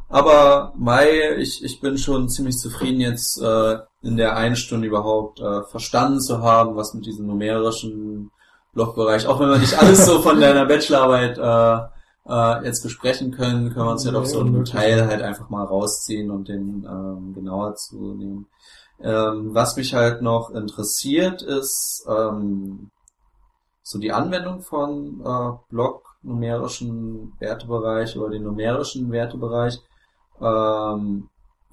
S1: Aber Mai, ich, ich bin schon ziemlich zufrieden jetzt äh, in der einen Stunde überhaupt äh, verstanden zu haben, was mit diesem numerischen Blockbereich, auch wenn wir nicht alles so von deiner Bachelorarbeit äh, äh, jetzt besprechen können, können wir uns ja doch
S2: Nee,
S1: so einen
S2: unmöglich.
S1: Teil halt einfach mal rausziehen und den ähm, genauer zu nehmen. Ähm, was mich halt noch interessiert, ist ähm, so die Anwendung von äh, blocknumerischen Wertebereich oder den numerischen Wertebereich. Ähm,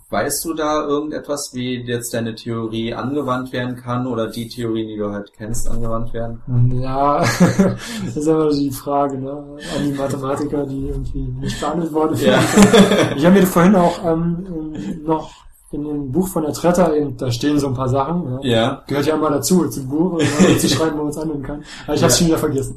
S1: weißt du da irgendetwas, wie jetzt deine Theorie angewandt werden kann oder die Theorien, die du halt kennst, angewandt werden?
S2: ähm, ja, das ist aber die Frage, ne, an die Mathematiker, die irgendwie nicht beantwortet wurde. Ich habe mir vorhin auch ähm, ähm, noch in dem Buch von der Tretter eben, da stehen so ein paar Sachen. Ja.
S1: ja.
S2: Gehört ja immer dazu, zum Buch, um zu schreiben, wo man es anwenden kann. Aber ich habe
S1: Ja.
S2: es schon wieder vergessen.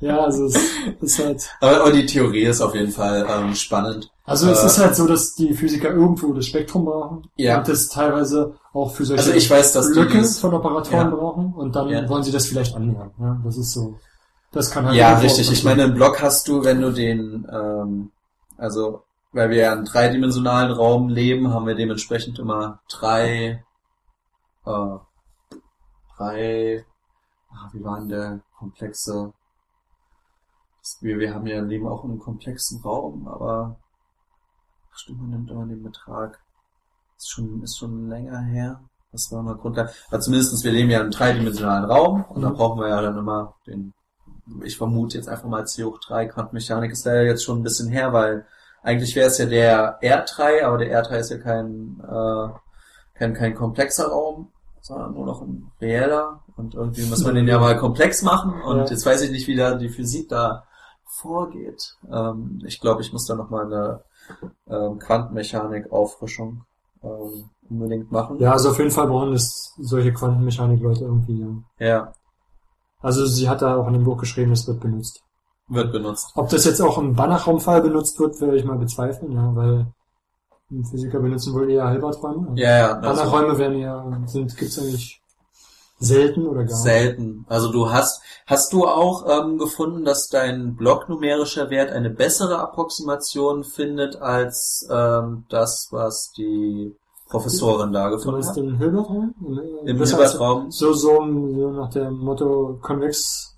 S2: ja, also es ist halt,
S1: Aber, aber die Theorie ist auf jeden Fall ähm, spannend.
S2: also es
S1: Äh.
S2: ist halt so, dass die Physiker irgendwo das Spektrum brauchen
S1: Ja.
S2: und das teilweise auch für solche
S1: Also ich weiß, dass du
S2: Lücken
S1: dieses
S2: von Operatoren
S1: Ja.
S2: brauchen und dann
S1: Ja.
S2: wollen sie das vielleicht annähern. Ja, das ist so, das kann halt
S1: Ja,
S2: irgendwo
S1: richtig.
S2: auch
S1: Ich meine, einen Block hast du, wenn du den, ähm, also weil wir ja in dreidimensionalen Raum leben, haben wir dementsprechend immer drei, äh, drei, ah, wie war denn der komplexe? Das- Wir, wir haben ja leben auch in einem komplexen Raum, aber ach, stimmt, man nimmt immer den Betrag. Ist schon, ist schon länger her. Das war mal Grundlage. Aber zumindest, also wir leben ja in einem dreidimensionalen Raum und da
S2: Mhm.
S1: brauchen wir ja dann immer den ich vermute jetzt einfach mal C hoch 3 Quantenmechanik ist da ja jetzt schon ein bisschen her, weil eigentlich wäre es ja der R3, aber der R3 ist ja kein, äh, kein, kein komplexer Raum, sondern nur noch ein reeller. Und irgendwie muss man den ja mal komplex machen. Und
S2: Ja.
S1: jetzt weiß ich nicht, wie da die Physik da vorgeht. Ähm, ich glaube, ich muss da nochmal eine ähm, Quantenmechanik-Auffrischung ähm, unbedingt machen.
S2: Ja, also auf jeden Fall brauchen das solche Quantenmechanik-Leute irgendwie. Ja.
S1: ja,
S2: Also sie hat da auch in dem Buch geschrieben, es wird benutzt.
S1: wird benutzt.
S2: Ob das jetzt auch im Banachraumfall benutzt wird, würde ich mal bezweifeln, ja, weil Physiker benutzen wohl eher Hilberträume.
S1: Ja, ja. also-
S2: Banachräume werden ja, sind, gibt's eigentlich selten oder gar nicht.
S1: Selten. Also du hast, hast du auch ähm, gefunden, dass dein blocknumerischer Wert eine bessere Approximation findet als ähm, das, was die Professorin da
S2: Du
S1: gefunden
S2: meinst
S1: hat?
S2: den Hilbertraum? Im,
S1: Im Hilbertraum.
S2: äh, So, so, so nach dem Motto konvex,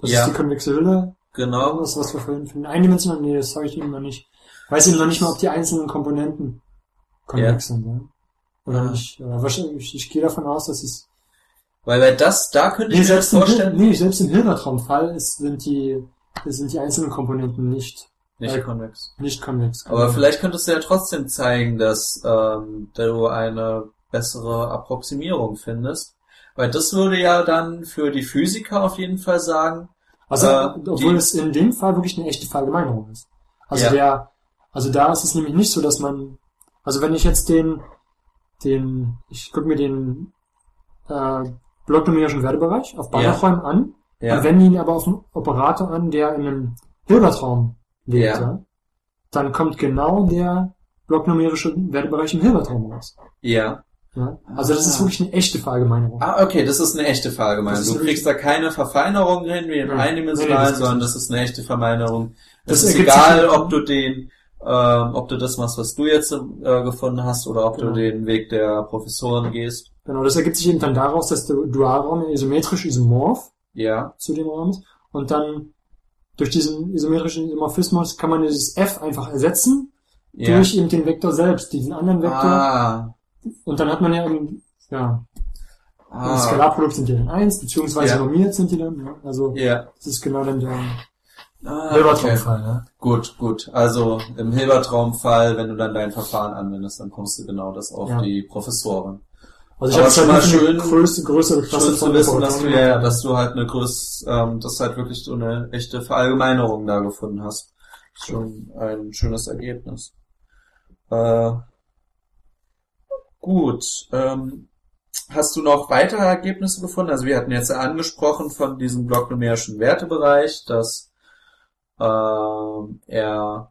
S2: das
S1: Ja.
S2: ist die konvexe Hülle.
S1: Genau.
S2: Das, was wir vorhin finden. Eindimensional, nee, das sage ich Ihnen noch nicht. Weiß eben noch nicht mal, ob die einzelnen Komponenten konvex sind, ja. Oder
S1: Ja.
S2: nicht. Oder wahrscheinlich, ich, ich gehe davon aus, dass es
S1: Weil bei das, da könnte ich mir
S2: Nee,
S1: das
S2: selbst im, Hil-
S1: vorstellen.
S2: nee, selbst im Hilbertraum-Fall ist- sind die, sind die einzelnen Komponenten nicht,
S1: Nicht
S2: Äh,
S1: konvex.
S2: nicht konvex.
S1: Aber vielleicht könntest du ja trotzdem zeigen, dass ähm, du eine bessere Approximierung findest. Weil das würde ja dann für die Physiker auf jeden Fall sagen,
S2: Also,
S1: äh,
S2: obwohl
S1: die-
S2: es in dem Fall wirklich eine echte Verallgemeinerung ist. Also
S1: Ja.
S2: der, also da ist es nämlich nicht so, dass man, also wenn ich jetzt den, den, ich gucke mir den äh, blocknumerischen Wertebereich auf Bannerräumen an
S1: Ja.
S2: und wende ihn aber auf einen Operator an, der in einem Hilbertraum lebt.
S1: Ja.
S2: Ja. Dann kommt genau der blocknumerische Wertebereich im Hilbertraum raus.
S1: ja.
S2: Ja? Also das
S1: Ah.
S2: ist wirklich eine echte Verallgemeinerung.
S1: Ah, okay, das ist eine echte Verallgemeinerung.
S2: Das ist
S1: Du
S2: wirklich-
S1: kriegst da keine Verfeinerung hin, wie im
S2: Nein. Nee,
S1: eindimensionalen,
S2: das ist-
S1: sondern das ist eine echte Verfeinerung.
S2: Das
S1: Es ist
S2: ergibt
S1: egal,
S2: sich-
S1: ob du den, ähm, ob du das machst, was du jetzt äh, gefunden hast, oder ob
S2: Genau.
S1: du den Weg der Professoren gehst.
S2: Genau, das ergibt sich eben dann daraus, dass der Dualraum ja isometrisch isomorph
S1: Ja,
S2: zu dem Raum ist und dann durch diesen isometrischen Isomorphismus kann man dieses F einfach ersetzen
S1: ja.
S2: durch eben den Vektor selbst, diesen anderen Vektor.
S1: ah,
S2: Und dann hat man ja eben, ja, im
S1: ah,
S2: Skalarprodukt sind die dann eins, beziehungsweise
S1: Ja.
S2: normiert sind die dann. Ja. Also
S1: ja.
S2: das ist genau dann der
S1: Ah, okay.
S2: Hilbertraumfall. Ja.
S1: Gut, gut. Also im Hilbertraum-Fall, wenn du dann dein Verfahren anwendest, dann kommst du genau das auf
S2: Ja.
S1: die Professoren.
S2: Also ich
S1: Aber
S2: habe schon
S1: schon
S2: mal
S1: mal
S2: schön
S1: schön-
S2: größte, größere Klasse
S1: Schön zu
S2: von
S1: wissen, dass du
S2: Laboratorien.
S1: ja, ja, dass du halt eine größ, ähm, dass halt wirklich so eine echte Verallgemeinerung da gefunden hast. Ist Schon ein schönes Ergebnis. Äh, gut. Ähm, hast du noch weitere Ergebnisse gefunden? Also wir hatten jetzt ja angesprochen von diesem blocknumerischen Wertebereich, dass ähm, er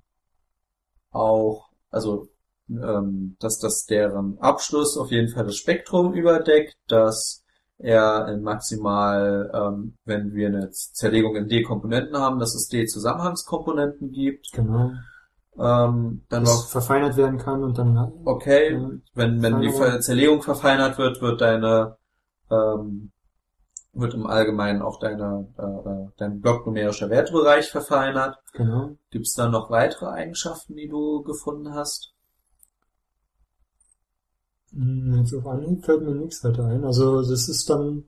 S1: auch, also ähm, dass das deren Abschluss auf jeden Fall das Spektrum überdeckt, dass er in maximal, ähm, wenn wir eine Zerlegung in D-Komponenten haben, dass es D-Zusammenhangskomponenten gibt.
S2: genau,
S1: Ähm, dann
S2: das Mhm.
S1: noch,
S2: verfeinert werden kann und dann
S1: okay,
S2: Ja.
S1: wenn, wenn die Ver- Zerlegung verfeinert wird, wird deine, ähm, wird im Allgemeinen auch deine, äh, äh, dein blocknumerischer Wertebereich verfeinert.
S2: genau.
S1: Gibt es da noch weitere Eigenschaften, die du gefunden hast?
S2: Hm, Jetzt auf Anhieb fällt mir nichts weiter ein. Also das ist dann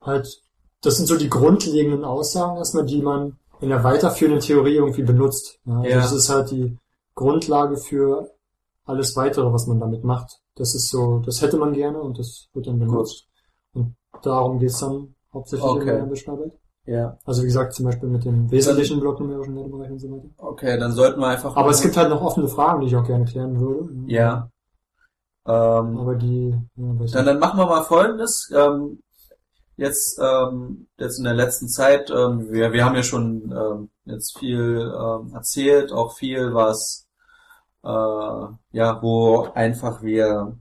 S2: halt, das sind so die grundlegenden Aussagen erstmal, die man in der weiterführenden Theorie irgendwie benutzt. Ja, also
S1: Ja.
S2: Das ist halt die Grundlage für alles weitere, was man damit macht. Das ist so, das hätte man gerne und das wird dann benutzt. Darum geht's dann hauptsächlich in
S1: Okay.
S2: der Beschreibung.
S1: Ja.
S2: Also wie gesagt, zum Beispiel mit dem wesentlichen blocknumerischen Wertebereich und so weiter.
S1: Okay, dann sollten wir einfach.
S2: Aber es gibt halt noch offene Fragen, die ich auch gerne klären würde.
S1: Ja. Ähm,
S2: Aber die, ja, weiß
S1: Dann, dann machen wir mal Folgendes. Ähm, jetzt, ähm, jetzt in der letzten Zeit, ähm, wir, wir haben ja schon ähm, jetzt viel ähm, erzählt, auch viel, was äh, ja, wo einfach wir,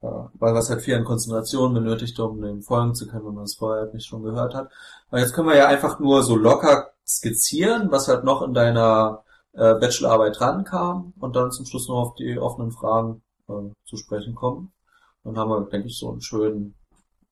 S1: äh, weil was halt viel an Konzentration benötigt, um dem folgen zu können, wenn man es vorher halt nicht schon gehört hat. Aber jetzt können wir ja einfach nur so locker skizzieren, was halt noch in deiner äh, Bachelorarbeit rankam und dann zum Schluss noch auf die offenen Fragen äh, zu sprechen kommen. Dann haben wir, denke ich, so einen schönen,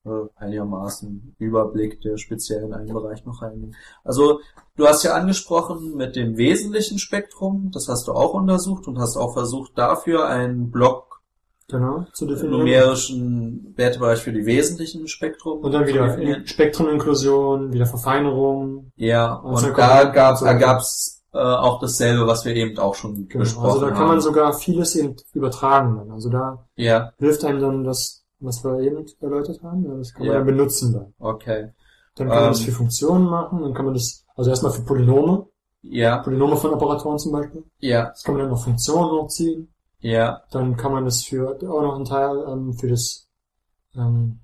S1: äh, einigermaßen Überblick, der speziell in einen Bereich noch reingeht. Also, du hast ja angesprochen mit dem wesentlichen Spektrum, das hast du auch untersucht und hast auch versucht, dafür einen Block
S2: genau, zu definieren.
S1: numerischen Wertebereich für die wesentlichen Spektrum
S2: Und dann
S1: zu
S2: wieder
S1: definieren.
S2: Spektruminklusion, wieder Verfeinerung.
S1: Ja,
S2: Und
S1: und,
S2: so
S1: da
S2: kommt-
S1: gab
S2: so-
S1: da gab's äh, auch dasselbe, was wir eben auch schon besprochen
S2: Also da kann man
S1: haben.
S2: sogar vieles eben übertragen dann. Also da
S1: Ja,
S2: hilft einem dann das, was wir eben erläutert haben. Ja, das kann man
S1: Ja.
S2: dann benutzen dann.
S1: okay.
S2: Dann kann man das
S1: Ähm.
S2: für Funktionen machen, dann kann man das, also erstmal für Polynome,
S1: Ja,
S2: Polynome von Operatoren zum Beispiel.
S1: ja,
S2: Das kann man dann auf Funktionen hochziehen.
S1: ja,
S2: Dann kann man das für auch noch einen Teil ähm, für das ähm,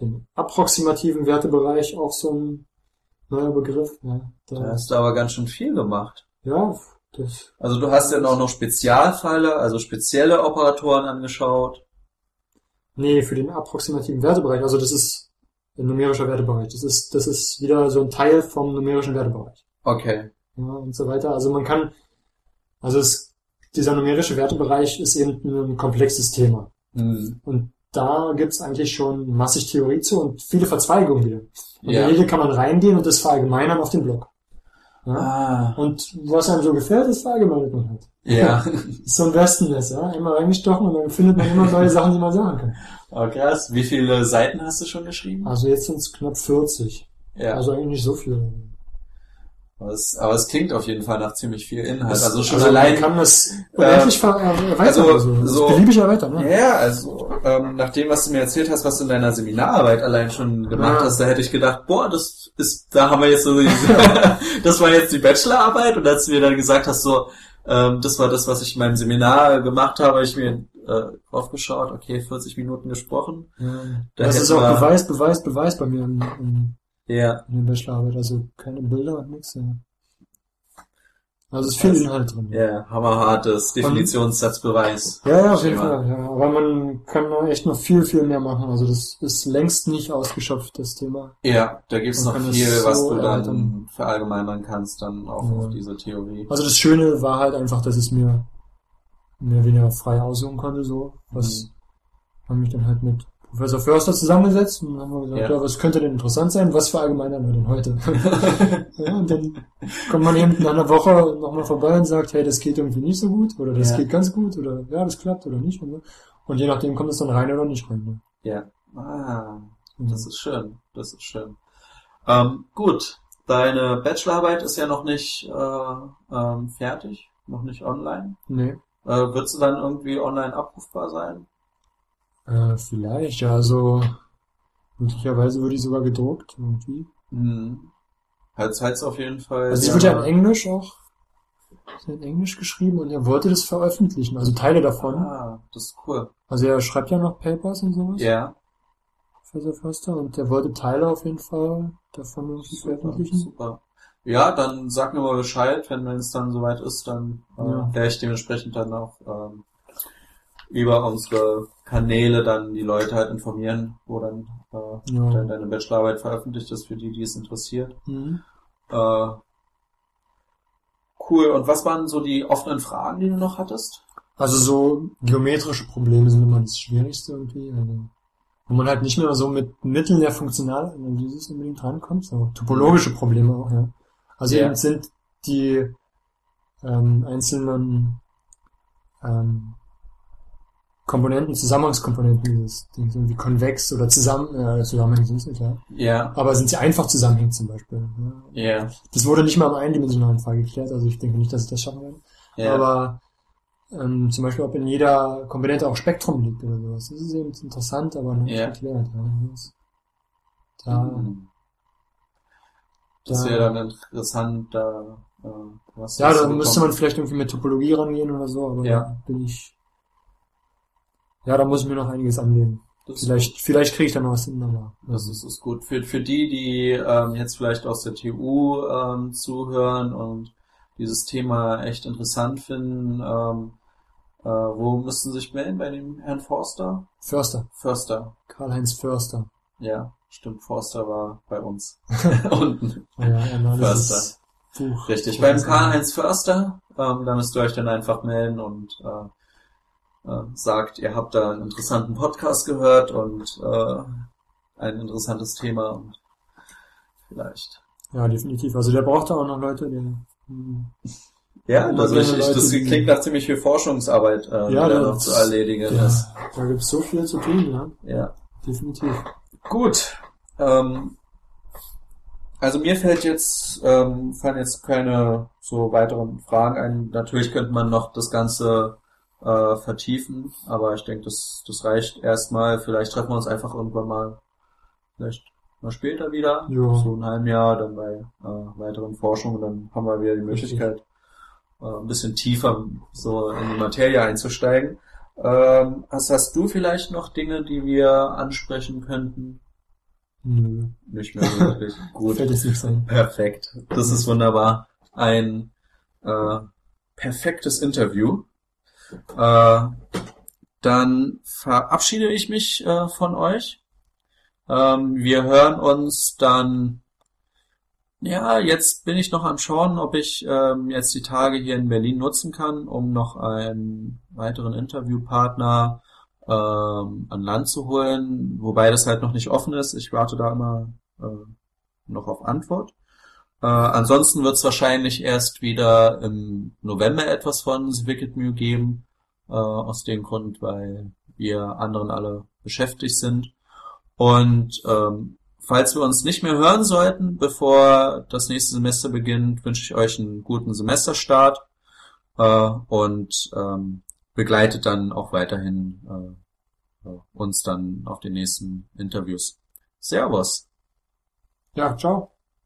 S2: den approximativen Wertebereich auch so ein neuer Begriff. Ja,
S1: da
S2: da,
S1: hast du aber ganz schön viel gemacht.
S2: ja das
S1: Also du hast dann auch noch Spezialfälle, also spezielle Operatoren angeschaut.
S2: Nee, für den approximativen Wertebereich. Also das ist ein numerischer Wertebereich. Das ist, das ist wieder so ein Teil vom numerischen Wertebereich.
S1: Okay.
S2: Ja, und so weiter. Also man kann, also es, dieser numerische Wertebereich ist eben ein komplexes Thema.
S1: Hm.
S2: Und da gibt's eigentlich schon massig Theorie zu und viele Verzweigungen wieder. Und
S1: Ja.
S2: in jede kann man reingehen und das verallgemeinern auf den Block. Ja?
S1: Ah.
S2: Und was einem so gefällt, das verallgemeinert man halt.
S1: Ja.
S2: Ist so ein Wespennest, ja. Einmal reingestochen und dann findet man immer neue Sachen, die man sagen kann.
S1: Oh, krass. Wie viele Seiten hast du schon geschrieben?
S2: Also jetzt sind's knapp 40.
S1: Ja.
S2: Also eigentlich nicht so viel.
S1: aber, es, aber es klingt auf jeden Fall nach ziemlich viel Inhalt.
S2: Das-
S1: Also schon
S2: man
S1: allein.
S2: kann das unendlich ver äh, erweitern.
S1: also,
S2: Also, das
S1: so-
S2: beliebig erweitern.
S1: ja,
S2: Ne?
S1: ja, also ähm, nach dem, was du mir erzählt hast, was du in deiner Seminararbeit allein schon gemacht
S2: Ja.
S1: hast, da hätte ich gedacht, boah, das ist, da haben wir jetzt so, diese- das war jetzt die Bachelorarbeit und als du mir dann gesagt hast, so, ähm, das war das, was ich in meinem Seminar gemacht habe, hab ich mir äh, aufgeschaut, okay, 40 Minuten gesprochen.
S2: Ja.
S1: Da
S2: das ist
S1: hätten
S2: auch
S1: wir-
S2: Beweis, Beweis, Beweis bei mir in, in,
S1: Ja,
S2: in der Bachelorarbeit. Also keine Bilder und nichts. Ja. Also es ist viel
S1: Das-
S2: Inhalt drin.
S1: ja, hammerhartes Definitionssatzbeweis.
S2: Ja, ja, auf jeden
S1: Schema.
S2: Fall. Ja. Aber man kann da echt noch viel, viel mehr machen. Also das ist längst nicht ausgeschöpft, das Thema.
S1: Ja, da gibt's
S2: Man
S1: noch
S2: kann das
S1: viel, was
S2: so
S1: du dann
S2: erweitern.
S1: verallgemeinern kannst, dann auch
S2: ähm, Ja.
S1: auf diese Theorie.
S2: Also das Schöne war halt einfach, dass es mir mehr oder weniger frei aussuchen konnte, so. Was haben mich dann halt mit Professor Förster zusammengesetzt und haben wir gesagt,
S1: Mhm. Ja.
S2: ja. was könnte denn interessant sein? Was verallgemeinern wir denn heute? ja, und dann kommt man eben in einer Woche nochmal vorbei und sagt, hey, das geht irgendwie nicht so gut oder das
S1: Ja.
S2: geht ganz gut oder ja, das klappt oder nicht. Und, so. und je nachdem kommt es dann rein oder nicht rein. Ne?
S1: Ja. Ah,
S2: Und
S1: das ist schön. Das ist schön. Ähm, gut, deine Bachelorarbeit ist ja noch nicht äh, ähm, fertig, noch nicht online.
S2: nee.
S1: Äh, wird sie dann irgendwie online abrufbar sein?
S2: Äh, vielleicht, ja, also möglicherweise würde ich sogar gedruckt irgendwie.
S1: Hm. Halt, halt's auf jeden Fall.
S2: Mhm. Also sie wird ja in Englisch auch ist ja in Englisch geschrieben und er wollte das veröffentlichen, also Teile davon.
S1: Ah, das ist cool.
S2: Also er schreibt ja noch Papers und sowas,
S1: Ja.
S2: Professor Förster, und er wollte Teile auf jeden Fall davon irgendwie
S1: Super,
S2: veröffentlichen.
S1: super. Ja, dann sag mir mal Bescheid, wenn wenn es dann soweit ist, dann äh,
S2: Ja.
S1: werde ich dementsprechend dann auch ähm, über unsere Kanäle dann die Leute halt informieren, wo dann äh,
S2: Ja.
S1: deine, deine Bachelorarbeit veröffentlicht ist, für die, die es interessiert.
S2: Mhm.
S1: Äh, cool. Und was waren so die offenen Fragen, die du noch hattest?
S2: Also so geometrische Probleme sind immer das Schwierigste irgendwie. Also, wo man halt nicht mehr so mit Mitteln der Funktionalanalysis unbedingt rankommt. So topologische Probleme auch, ja. Also
S1: Ja.
S2: eben sind die ähm, einzelnen ähm, Komponenten, Zusammenhangskomponenten dieses Dings, irgendwie konvex oder zusammen, äh, zusammenhängend sind sie, klar.
S1: Ja.
S2: Aber sind sie einfach zusammenhängend zum Beispiel. Ja.
S1: Ja.
S2: Das wurde nicht mal im eindimensionalen Fall geklärt, also ich denke nicht, dass ich das schaffen werde.
S1: Ja.
S2: Aber ähm, zum Beispiel, ob in jeder Komponente auch Spektrum liegt oder sowas. Das ist eben interessant, aber noch nicht
S1: Ja.
S2: erklärt. Ja. Das- Da,
S1: Hm. Das
S2: da-
S1: wäre dann interessant, da äh, was
S2: ja, da
S1: dazu
S2: müsste
S1: bekommen.
S2: man vielleicht irgendwie mit Topologie rangehen oder so, aber
S1: Ja.
S2: da bin ich. Ja, da muss ich mir noch einiges anlegen.
S1: Das-
S2: Vielleicht, vielleicht kriege ich da noch was hin, aber.
S1: Das ist, ist gut. Für, für die, die ähm, jetzt vielleicht aus der TU ähm, zuhören und dieses Thema echt interessant finden, ähm, äh, wo müssten sie sich melden? Bei dem Herrn Forster?
S2: Förster.
S1: Förster.
S2: Karl-Heinz Förster.
S1: Ja, stimmt. Forster war bei uns. Unten.
S2: Ja, er
S1: Förster.
S2: Buch.
S1: Richtig. Beim Karl-Heinz Förster, ähm, da müsst ihr euch dann einfach melden und äh, äh, sagt, ihr habt da einen interessanten Podcast gehört und äh, ein interessantes Thema und vielleicht
S2: Ja, definitiv. Also der braucht da auch noch Leute, der. hm,
S1: Ja,
S2: Immer
S1: das,
S2: so eine
S1: ich, ich, das
S2: Leute, die-
S1: klingt nach ziemlich viel Forschungsarbeit, äh,
S2: Ja,
S1: die da
S2: das-
S1: noch zu erledigen
S2: Ja,
S1: ist.
S2: da gibt's so viel zu tun, ja.
S1: Ja.
S2: Definitiv.
S1: Gut. Ähm, also mir fällt jetzt, ähm, fallen jetzt keine so weiteren Fragen ein. Natürlich könnte man noch das Ganze äh, vertiefen, aber ich denke, das, das reicht erstmal. Vielleicht treffen wir uns einfach irgendwann mal, vielleicht mal später wieder,
S2: Ja.
S1: so in einem Jahr, dann bei äh, weiteren Forschungen, dann haben wir wieder die Möglichkeit, äh, ein bisschen tiefer so in die Materie einzusteigen. Ähm, hast, hast du vielleicht noch Dinge, die wir ansprechen könnten?
S2: Nö.
S1: Nicht mehr so wirklich. Gut.
S2: Fällt jetzt nichts ein.
S1: Perfekt. Das ist wunderbar. Ein äh, perfektes Interview. Äh, dann verabschiede ich mich äh, von euch. Ähm, wir hören uns dann. Ja, jetzt bin ich noch am Schauen, ob ich ähm, jetzt die Tage hier in Berlin nutzen kann, um noch einen weiteren Interviewpartner ähm, an Land zu holen, wobei das halt noch nicht offen ist. Ich warte da immer äh, noch auf Antwort. Äh, ansonsten wird es wahrscheinlich erst wieder im November etwas von Wicked Mew geben, äh, aus dem Grund, weil wir anderen alle beschäftigt sind. Und ähm, falls wir uns nicht mehr hören sollten, bevor das nächste Semester beginnt, wünsche ich euch einen guten Semesterstart äh, und ähm, begleitet dann auch weiterhin äh, äh, uns dann auf den nächsten Interviews. Servus.
S2: Ja, ciao.